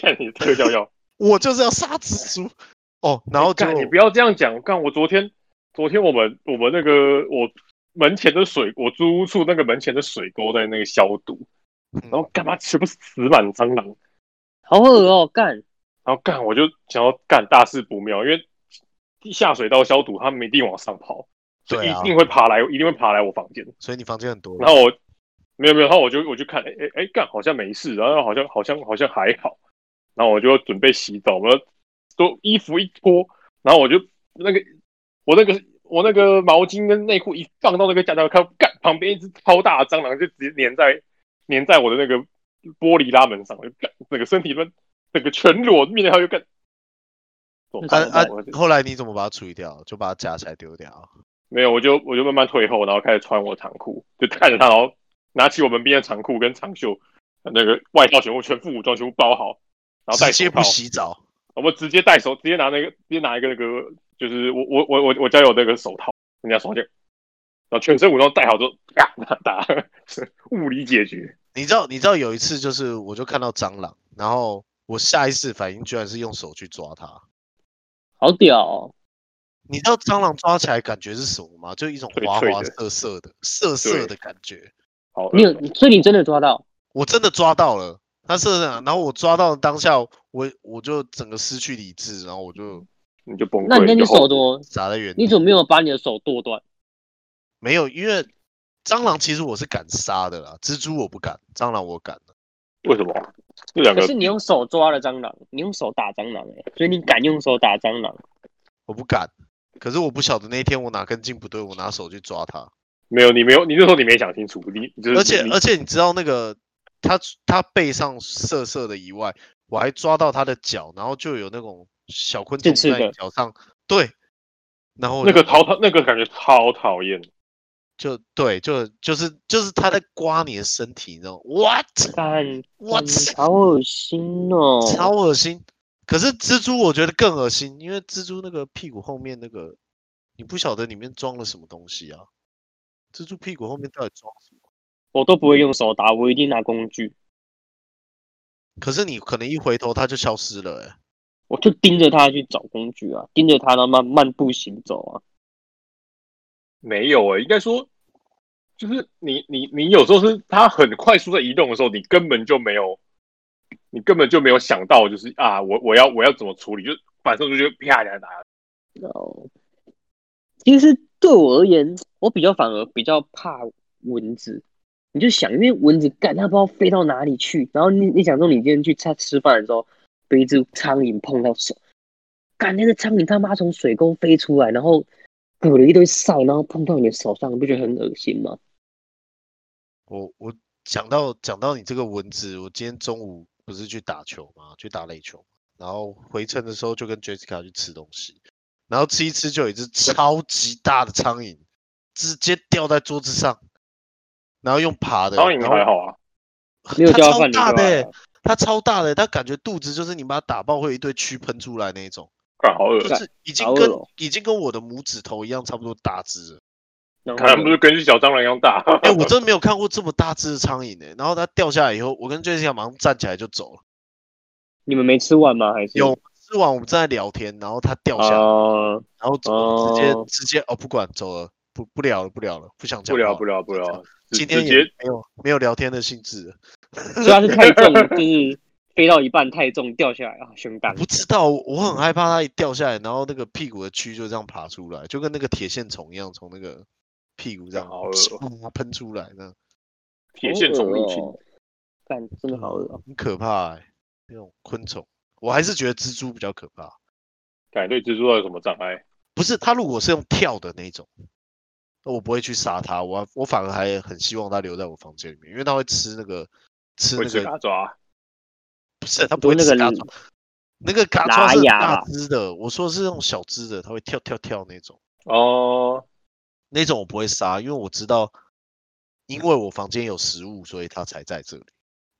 S3: 看你特效药。
S2: 我就是要杀蜘蛛哦，然后就
S3: 哎干你不要这样讲，干我昨天昨天我们我们那个我门前的水，我租屋处那个门前的水沟在那个消毒，
S2: 嗯
S3: 然后干嘛全部死满蟑螂，
S1: 好恶哦，干，
S3: 然后干我就想要干大事不妙，因为下水道消毒，他们一定往上跑，所以
S2: 对
S3: 一
S2: 啊
S3: 定会爬来，一定会爬来我房间。
S2: 所以你房间很多，
S3: 然后我没有没有，然后我就我就看，哎哎哎，干好像没事，然后好像好像好像还好，然后我就准备洗澡，我都衣服一脱，然后我就那个我那个我那个毛巾跟内裤一放到那个架上，看干旁边一只超大的蟑螂就直接粘在粘在我的那个玻璃拉门上，我就干整个身体们整个全裸面然后就干。走
S1: 那
S2: 啊
S1: 怎么
S2: 啊
S1: 办
S3: 我就！
S2: 后来你怎么把它处理掉？就把它夹起来丢掉。
S3: 没有，我就我就慢慢退后，然后开始穿我的长裤，就看着他，然后拿起我门边的长裤跟长袖，呃那个外套全部全副武装全部包好，然后戴手
S2: 直接
S3: 套
S2: 不，洗澡，
S3: 我们直接戴手，直接拿那个直接拿一个那个，就是我我我我我家有那个手套，人家手套就，然后全身武装戴好之后，啪打 *laughs* 打，物理解决，
S2: 你知道你知道有一次就是我就看到蟑螂，然后我下意识反应居然是用手去抓它。
S1: 好屌哦，
S2: 你知道蟑螂抓起来感觉是什么吗？就一种
S3: 脆
S2: 滑
S3: 脆
S2: 滑
S3: 的
S2: 涩涩的、涩涩
S3: 对
S2: 的感觉。
S3: 好，呃
S1: 你有，所以你真的抓到，
S2: 我真的抓到了，它是这样，然后我抓到的当下，我我就整个失去理智，然后我
S3: 嗯
S2: 就
S3: 你就崩溃，
S1: 那你那你
S3: 就哦后
S1: 手怎么，
S2: 砸在原地。
S1: 你怎么没有把你的手剁断？
S2: 没有？因为蟑螂其实我是敢杀的啦，蜘蛛我不敢，蟑螂我敢。
S3: 为什么？这两
S1: 可
S3: 个
S1: 是你用手抓了蟑螂，你用手打蟑螂哎、所以你敢用手打蟑螂？
S2: 我不敢。可是我不晓得那一天我哪根筋不对，我拿手去抓它，
S3: 没有，你没有，你那时候你没想清楚，你你就是
S2: 而且
S3: 你
S2: 而且你知道那个它它背上色色的以外，我还抓到它的脚，然后就有那种小昆虫
S1: 刺刺
S2: 在你
S1: 的
S2: 脚上，对，然后我
S3: 那个
S2: 就
S3: 超讨，那个感觉超讨厌。
S2: 就对就就是就是它在刮你的身体，你知道吗？What
S1: 干，
S2: What？
S1: 干好恶心嗯哦，
S2: 超恶心。可是蜘蛛我觉得更恶心，因为蜘蛛那个屁股后面那个，你不晓得里面装了什么东西啊？蜘蛛屁股后面到底装什么？
S1: 我都不会用手打，我一定拿工具，
S2: 可是你可能一回头它就消失了、欸，
S1: 我就盯着它去找工具啊，盯着它，然后慢慢步行走啊。
S3: 没有欸诶、应该说，就是你你你有时候是它很快速在移动的时候，你根本就没有，你根本就没有想到，就是啊，我我要我要怎么处理，就反射出去啪一下打。
S1: 哦，其实对我而言，我比较反而比较怕蚊子。你就想，因为蚊子干，它不知道飞到哪里去。然后你你想说，你今天去吃吃饭的时候，被一只苍蝇碰到手，干那个苍蝇他妈从水沟飞出来，然后裹了一堆哨，然后碰到你的手上，你不觉得很恶心吗？
S2: 我我讲到讲到你这个蚊子，我今天中午不是去打球嘛，去打垒球嘛，然后回程的时候就跟 Jessica 去吃东西，然后吃一吃就有一只超级大的苍蝇直接掉在桌子上，然后用爬的，
S3: 苍蝇
S2: 然后
S3: 还好啊，
S1: 没有
S2: 它
S1: 叫
S2: 超
S1: 饭你
S2: 大
S1: 就
S2: 的欸、
S1: 好了
S2: 它超大的欸、它感觉肚子就是你把它打爆会有一堆蛆喷出来那一种，
S3: 看好恶
S2: 就
S1: 干
S2: 是已经
S1: 好恶
S2: 跟
S1: 哦
S2: 已经跟我的拇指头一样差不多大只了。
S1: 然后
S3: 可能不是跟小蟑螂一样大。
S2: 哎、我真的没有看过这么大只的苍蝇哎、然后它掉下来以后，我跟 Jessica 马上站起来就走了。
S1: 你们没吃完吗？还是
S2: 有啊吃完我们正在聊天，然后它掉下来，
S1: 哦，
S2: 然后我们直接、
S1: 哦
S2: 直接哦不管走了，不不聊了不聊了，不想
S3: *laughs*
S2: 讲
S3: 不聊
S2: 话
S3: 不聊不聊，直
S2: 今天
S3: 直
S2: 也
S3: 接
S2: 没有没有聊天的兴致了，
S1: 所以它是太
S2: *laughs*
S1: 重，就是飞到一半太重掉下来啊，胸大
S2: 我。不知道，我很害怕它一掉下来，然后那个屁股的蛆就这样爬出来，就跟那个铁线虫一样，从那个屁股这样
S3: 好恶
S2: 唰喷出来，那样
S3: 铁线虫入侵
S1: 好恶，哦，干真的好恶哦！
S2: 很可怕、欸，那种昆虫，我还是觉得蜘蛛比较可怕。
S3: 感觉对蜘蛛有什么障碍？
S2: 不是，它如果是用跳的那一种，那我不会去杀它，我我反而还很希望它留在我房间里面，因为它会吃那个吃
S3: 会
S2: 那
S3: 吃
S2: 个
S3: 嘎抓，
S2: 不是，它
S1: 不
S2: 不会
S1: 是那
S2: 吃
S1: 个
S2: 嘎爪，那个嘎
S1: 拉
S2: 爪是
S1: 牙
S2: 大
S1: 啦
S2: 只的，我说的是那种小只的，它会跳跳跳那种，
S3: 哦，
S2: 那种我不会杀，因为我知道，因为我房间有食物，所以它才在这里，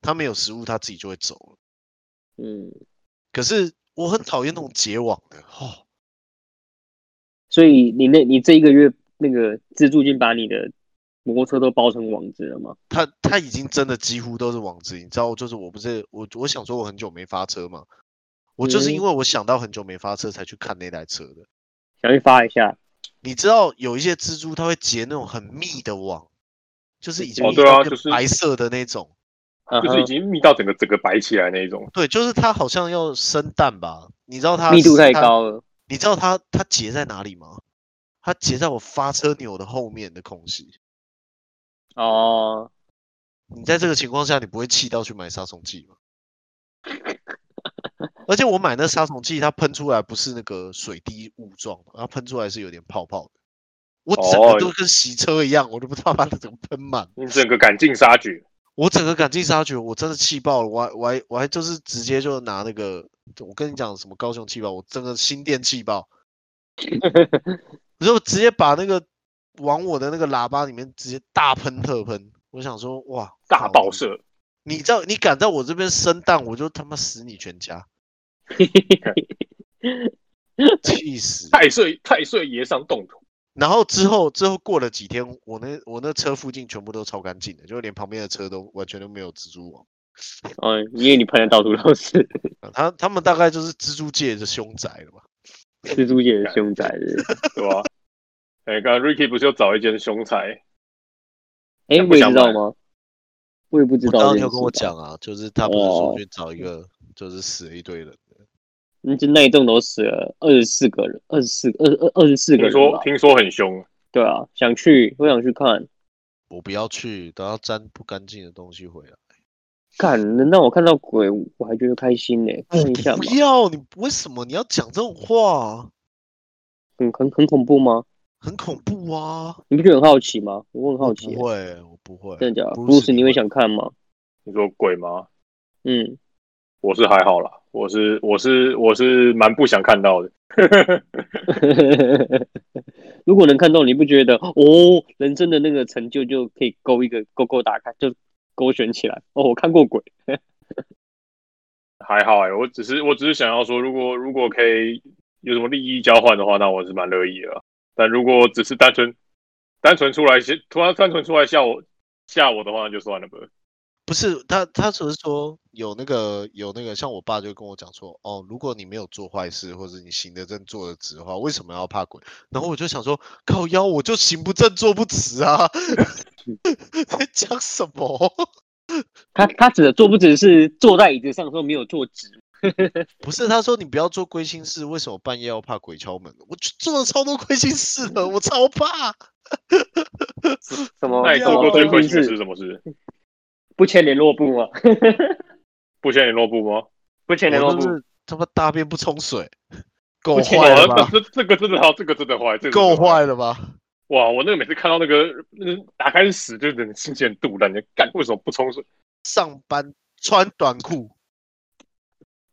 S2: 它没有食物，它自己就会走了。
S1: 嗯，
S2: 可是我很讨厌那种结网的，哦，
S1: 所以你那你这一个月那个蜘蛛已经把你的摩托车都包成网子了吗？
S2: 它它已经真的几乎都是网子，你知道，就是我不是我我想说我很久没发车嘛，我就是因
S1: 嗯
S2: 为我想到很久没发车才去看那台车的。
S1: 想去发一下，
S2: 你知道有一些蜘蛛它会结那种很密的网，就是已经
S1: 哦
S2: 密
S3: 对
S2: 到
S3: 啊
S2: 变
S3: 就是
S2: 白色的那种，
S3: 啊
S2: 嗯
S3: 就是已经密到整个整个白起来那一种，
S2: 对，就是它好像要生蛋吧？你知
S1: 嗯
S2: 道它
S1: 哼密度太
S2: 它
S1: 高了，
S2: 你知道它它结在哪里吗？它结在我发车钮的后面的空隙。
S1: 哦，
S2: 你在这个情况下，你不会气到去买杀虫剂吗？ *laughs* 而且我买那杀虫剂，它喷出来不是那个水滴雾状的，它喷出来是有点泡泡的。我整
S3: 哦
S2: 个都跟洗车一样，我都不知道把它怎么喷满。
S3: 你整个赶尽杀绝。
S2: 我整个赶尽杀绝，我真的气爆了。我还我还我还就是直接就拿那个，我跟你讲什么高雄气爆，我整个新店
S3: *laughs*
S2: 气爆，我就直接把那个往我的那个喇叭里面直接大喷特喷。我想说，哇，
S3: 大
S2: 靠
S3: 爆射，
S2: 你知道你敢在我这边生蛋，我就他妈死你全家，气死！
S3: 太岁太岁爷上冻土，
S2: 然后之后之后过了几天，我那我那车附近全部都超干净的，就连旁边的车都完全都没有蜘蛛网。
S1: 哦，因为你喷的到处都是
S2: 啊他他们大概就是蜘蛛界的凶宅了吧？
S1: 蜘蛛界的凶宅日。
S3: 对吧？ *laughs* 哎，刚刚 Ricky 不是又找一间凶宅？
S1: 哎、
S3: 想
S1: 我
S3: 不
S1: 也
S3: 想
S1: 知道
S3: 买
S1: 吗？我也不知
S2: 我
S1: 道。
S2: 刚刚有跟我，讲啊，就是他不是
S1: 哦
S2: 说去找一个，就是死了一堆人。
S1: 嗯，就那一栋楼死了二十四个人，二十四二二二十四个
S3: 听
S1: 人
S3: 说
S1: 吧
S3: 听说很凶，
S1: 对啊，想去，我想去看。
S2: 我不要去，等到沾不干净的东西回来。
S1: 看，能让我看到鬼，我还觉得开心呢、看一下
S2: 不
S1: 嘛，
S2: 要你，为什么你要讲这种话啊？
S1: 很嗯很很恐怖吗？
S2: 很恐怖啊！
S1: 你不觉得很好奇吗？我很好
S2: 我
S1: 奇、
S2: 不会，我不会。
S1: 真的假的？
S2: Bruce，
S1: 布
S2: 你
S1: 你
S2: 会
S1: 会想看吗？
S3: 你说鬼吗？
S1: 嗯， *laughs*
S3: 我是还好啦，我是我是我是蛮不想看到的。
S1: 如果能看到，你不觉得哦，人生的那个成就就可以勾一个勾勾打开，就勾选起来。哦，我看过鬼，
S3: 还好哎、我只是我只是想要说，如果如果可以有什么利益交换的话，那我是蛮乐意的啦。但如果只是单纯单纯出来吓，突然单纯出来吓我吓我的话，那就算了吧。
S2: 不是他，他只是说有那个有那个，像我爸就跟我讲说，哦，如果你没有做坏事，或者你行得正坐得直的话，为什么要怕鬼？然后我就想说，靠腰，我就行不正坐不直
S1: *laughs*
S2: 啊！在讲什么？ *laughs*
S1: 他他指的坐不只是坐在椅子上说没有坐直，
S2: 不是，他说你不要做亏心事，为什么半夜要怕鬼敲门？我就做了超多亏心事的，我超怕。
S1: 什么
S3: 那你
S2: 要
S1: 什
S3: 做过
S1: 么
S3: 最
S2: 关
S3: 亏
S1: 婚
S3: 心
S1: 姻
S3: 的事是
S1: 是
S3: 什么事？
S1: 不签联络簿啊吗？
S3: 不签联络簿吗？
S1: 不签联络
S2: 我
S1: 簿
S2: 就，是他妈大便不冲水，够
S1: 不行
S2: 坏了
S3: 哇
S2: 吧？
S3: 哦这这这个真的好，这个真的坏，这个真的
S2: 够坏了吧？
S3: 哇！我那个每次看到那个那个打开是屎，就整个心情很堵然，你干为什么不冲水？
S2: 上班穿短裤，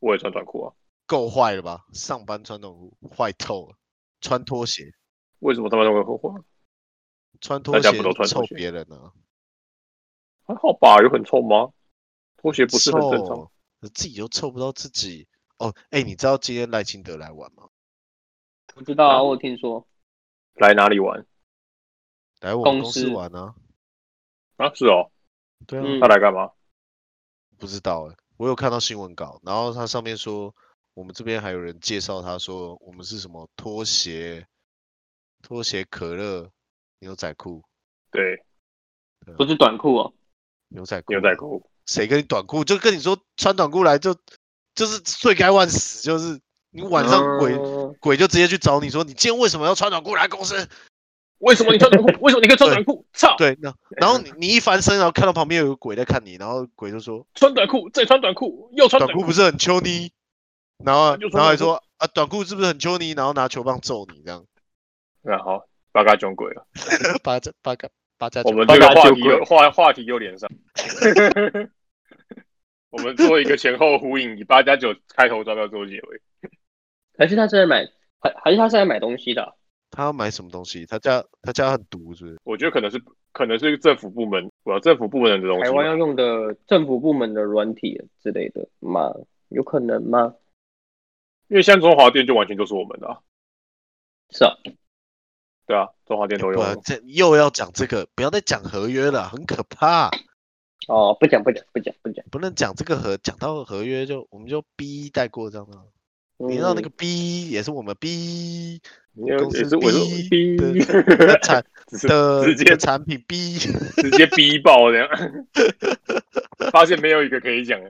S3: 我也穿短裤啊，
S2: 够坏了吧？上班穿短裤坏透了，穿拖鞋，
S3: 为什么他们会后悔？
S2: 穿拖
S3: 大家
S2: 鞋
S3: 不都穿
S2: 臭
S3: 拖鞋
S2: 别人啊，
S3: 还好吧，有很臭吗？拖鞋不是很正常
S2: 臭，自己又臭不到自己。哦，哎、你知道今天赖清德来玩吗？
S1: 我知道啊，我有听说
S3: 来哪里玩
S2: 来我们
S1: 公
S2: 公司
S1: 司
S2: 玩啊？
S3: 啊？是哦，
S2: 对啊，
S1: 嗯
S3: 他来干嘛？
S2: 不知道哎、我有看到新闻稿，然后它上面说我们这边还有人介绍他说我们是什么拖鞋、拖鞋、可乐、牛仔裤、
S3: 对，
S1: 不是短裤哦，
S2: 牛仔裤、
S3: 牛仔，
S1: 嗯
S3: 裤，
S2: 谁跟你短裤？就跟你说穿短裤来就就是罪该万死，就是你晚上鬼、
S1: 嗯
S2: 鬼就直接去找你说你今天为什么要穿短裤来公司？
S3: 为什么你穿短裤？为什么你可以穿短裤？操！
S2: 对，那然后你你一翻身，然后看到旁边有个鬼在看你，然后鬼就说
S3: 穿短裤，再穿短裤，又穿
S2: 短裤不是很秋你，然后
S3: 就说
S2: 然后
S3: 短
S2: 还
S3: 裤
S2: 说啊短裤是不是很秋你，然后拿球棒揍你这样。 *laughs*
S3: 然后八嘎囧鬼了，
S2: 八加八加八加
S3: 我
S2: 九
S3: 们
S1: 八
S3: 这个
S1: 嘎
S3: 话
S1: 囧
S3: 题
S1: 鬼
S3: 又话话题又连上。 *laughs* 我们做一个前后呼应，以八加九开头，要不要做结尾？
S1: 还是他是在买，还还是他是在买东西的啊、
S2: 他要买什么东西？他家他家很毒是不是？
S3: 我觉得可能是可能是政府部门，我要政府部门的东西
S1: 台
S3: 吧。
S1: 湾要用的政府部门的软体之类的吗？有可能吗？
S3: 因为像中华店就完全就是我们的、啊，
S1: 是啊，
S3: 对啊，中华店都有
S2: 不。然这又要讲这个，不要再讲合约了，很可怕。
S1: 哦，不讲不讲不讲不讲，
S2: 不能讲这个合，讲到合约就我们就 B 带过这样的。你
S1: 嗯
S2: 知道那个 B 也是我们 B
S3: 因为
S2: 公
S3: 也 *laughs*
S2: 司
S3: 是我说
S2: B 的的产
S3: 只是
S2: 的
S3: 直接
S2: 的产品 B，
S3: 直接逼爆这样， *laughs* 发现没有一个可以讲的。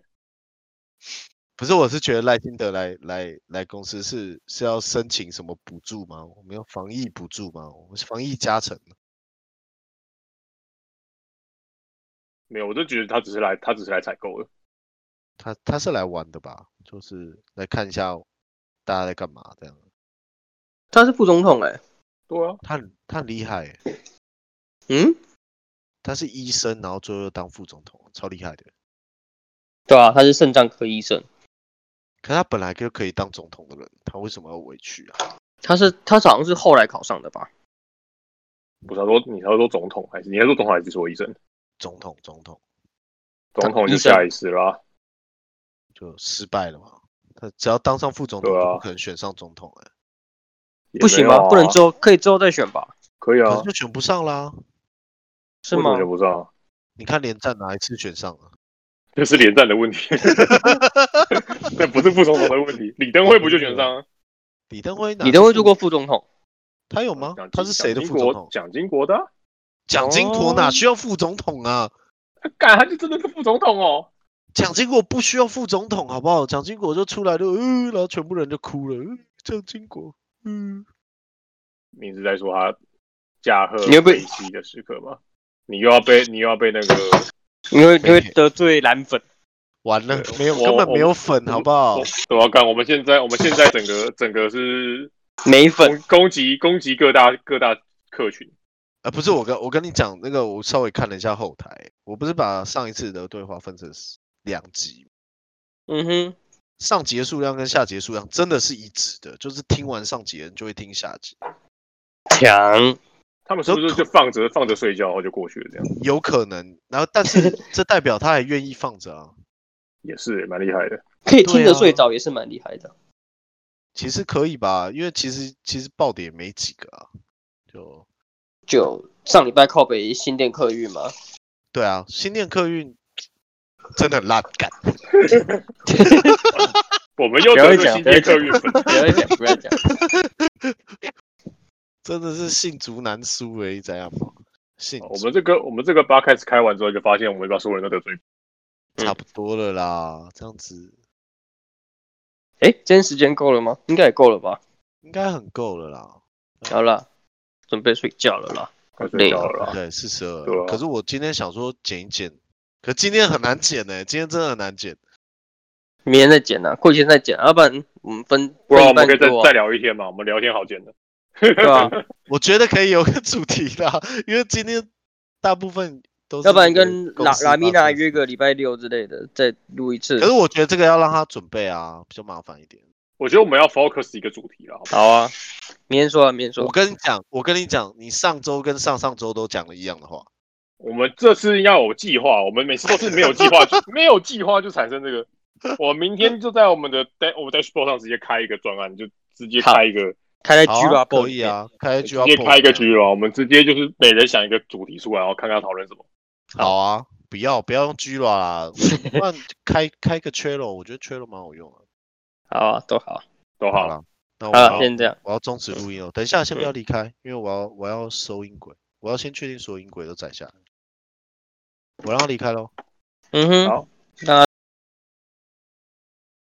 S2: 不是？我是觉得赖清德来来来公司是是要申请什么补助吗？我们要防疫补助吗？我们是防疫加成。
S3: 没有，我就觉得他只是来，他只是来采购的。
S2: 他他是来玩的吧？就是来看一下大家在干嘛这样。
S1: 他是副总统哎、
S3: 对啊，
S2: 他很他很厉害欸，
S1: 嗯，
S2: 他是医生，然后最后又当副总统，超厉害的。
S1: 对啊，他是肾脏科医生，
S2: 可他本来就可以当总统的人，他为什么要委屈啊？
S1: 他是他好像是后来考上的吧？
S3: 不是他啊说你要说总统还是你要说总统还是说医生？
S2: 总统总统
S3: 总统就下一次啦。
S2: 就失败了嘛？他只要当上副总统，
S3: 对啊
S2: 就不可能选上总统哎、
S3: 也
S1: 不行
S3: 没有
S1: 吗？
S3: 啊
S1: 不能之后可以之后再选吧？
S3: 可以
S2: 可
S3: 啊
S2: 是，就选不上啦。
S1: 是
S3: 为什
S1: 吗
S3: 么选？不上啊？
S2: 你看连战哪一次选上啊了？
S3: 这是连战的问题， *laughs* 这不是副总统的问题。李登辉不就选上啊？
S2: 李登辉哪？
S1: 你都会做过，副总统？
S2: 他有吗
S3: 蒋？经
S2: 他是谁的副
S3: 蒋经
S2: 总
S3: 国
S2: 统？
S3: 蒋经国的啊，
S2: 蒋经国
S1: 哦
S2: 哪需要副总统啊？
S3: 他干他就真的是副总统哦。
S2: 蒋经国不需要副总统，好不好？蒋经国就出来就，嗯、然后全部人就哭了。嗯蒋经国，嗯，
S3: 你是在说他驾鹤
S1: 你会被
S3: 飞机的时刻吗？你又要被你又要被那个
S1: 因为因为得罪蓝粉，
S2: 完了，没有，
S3: 我
S2: 根本没有
S3: 我
S2: 粉，好不好
S3: 我？我要干？我们现在我们现在整个整个是
S1: 美粉
S3: 攻攻击攻击各大各大客群，
S2: 啊，不是我跟我跟你讲那个，我稍微看了一下后台，我不是把上一次的对话分成是两集，
S1: 嗯哼，
S2: 上集的数量跟下集的数量真的是一致的，就是听完上集的人就会听下集，
S1: 强，
S3: 他们是不是就放着放着睡觉然后就过去了？这样
S2: 有可能。然后，但是这代表他还愿意放着啊，
S3: 也是欸蛮厉害的。
S1: 可以听
S2: 对啊
S1: 着睡着也是蛮厉害的。
S2: 其实可以吧？因为其实其实爆的也没几个啊，就
S1: 就上礼拜靠北新店客 *laughs* 运嘛，
S2: 对啊，新店客运真的很烂，干
S3: 我们又
S1: 不要
S3: 得罪
S1: 讲
S3: 新
S1: 不要
S3: 店
S1: 讲
S3: 客运粉，
S1: 不要讲不要讲， *laughs*
S2: 真的是信竹难书诶，这样吗？信
S3: 哦我
S2: 竹
S3: 们这个我们这个八开始开完之后，就发现我们把所有人都得罪。
S2: 差不多了啦，这样子
S1: 哎，今天时间够了吗？应该也够了吧？
S2: 应该很够了啦。
S1: 好了，准备睡觉了啦。
S3: 快睡觉了啦！
S2: 对，四十二
S3: 对。啊
S2: 可是我今天想说剪一剪，可今天很难剪呢、欸今天真的很难剪。
S1: 明天再剪啊，过几天再剪，要不然我们分
S3: 不然我
S1: 分一
S3: 们可以
S1: 半
S3: 再
S1: 做啊
S3: 再聊一天嘛，我们聊天好见的。
S1: 对吧？
S3: *laughs*
S2: *laughs* 我觉得可以有个主题啦，因为今天大部分都是
S1: 要不然
S2: 那个
S1: 跟
S2: 公
S1: 拉
S2: 司
S1: 拉米
S2: 发
S1: 娜
S2: 出
S1: 约个礼拜六之类的再录一次
S2: 可。是我觉得这个要让他准备啊，比较麻烦一点。
S3: 我觉得我们要 focus 一个主题了，好不好
S1: 好啊，明天说啊，明天说。
S2: 我跟你讲，我跟你讲，你上周跟上上周都讲了一样的话，
S3: 我们这次要有计划，我们每次都是没有计划，就没有计划就产生这个。我明天就在我们的 dash 我们 dashboard 上直接开一个专案，就直接开一个，
S1: 开在 G
S2: 好
S1: r
S2: 啊
S1: a b
S2: 可以，啊，开
S3: 直
S2: 就要
S3: 接开一个局了。我们直接就是每人想一个主题出来，然后看看要讨论什么。
S2: 好啊，不要不要用 G 了
S1: *laughs*
S2: 啦，不然开开个 t r a i l 我觉得 t r a i l 蛮好用的。
S1: 好啊，都好。
S3: 都
S2: 好
S3: 好，
S2: 了，那
S1: 好
S2: 我
S1: 了，
S2: 要
S1: 先这样。
S2: 我要终止录音哦，等一下先不要离开，因为我要我要收音轨，我要先确定所有音轨都载下来，我让他离开喽。
S1: 嗯哼
S3: 好。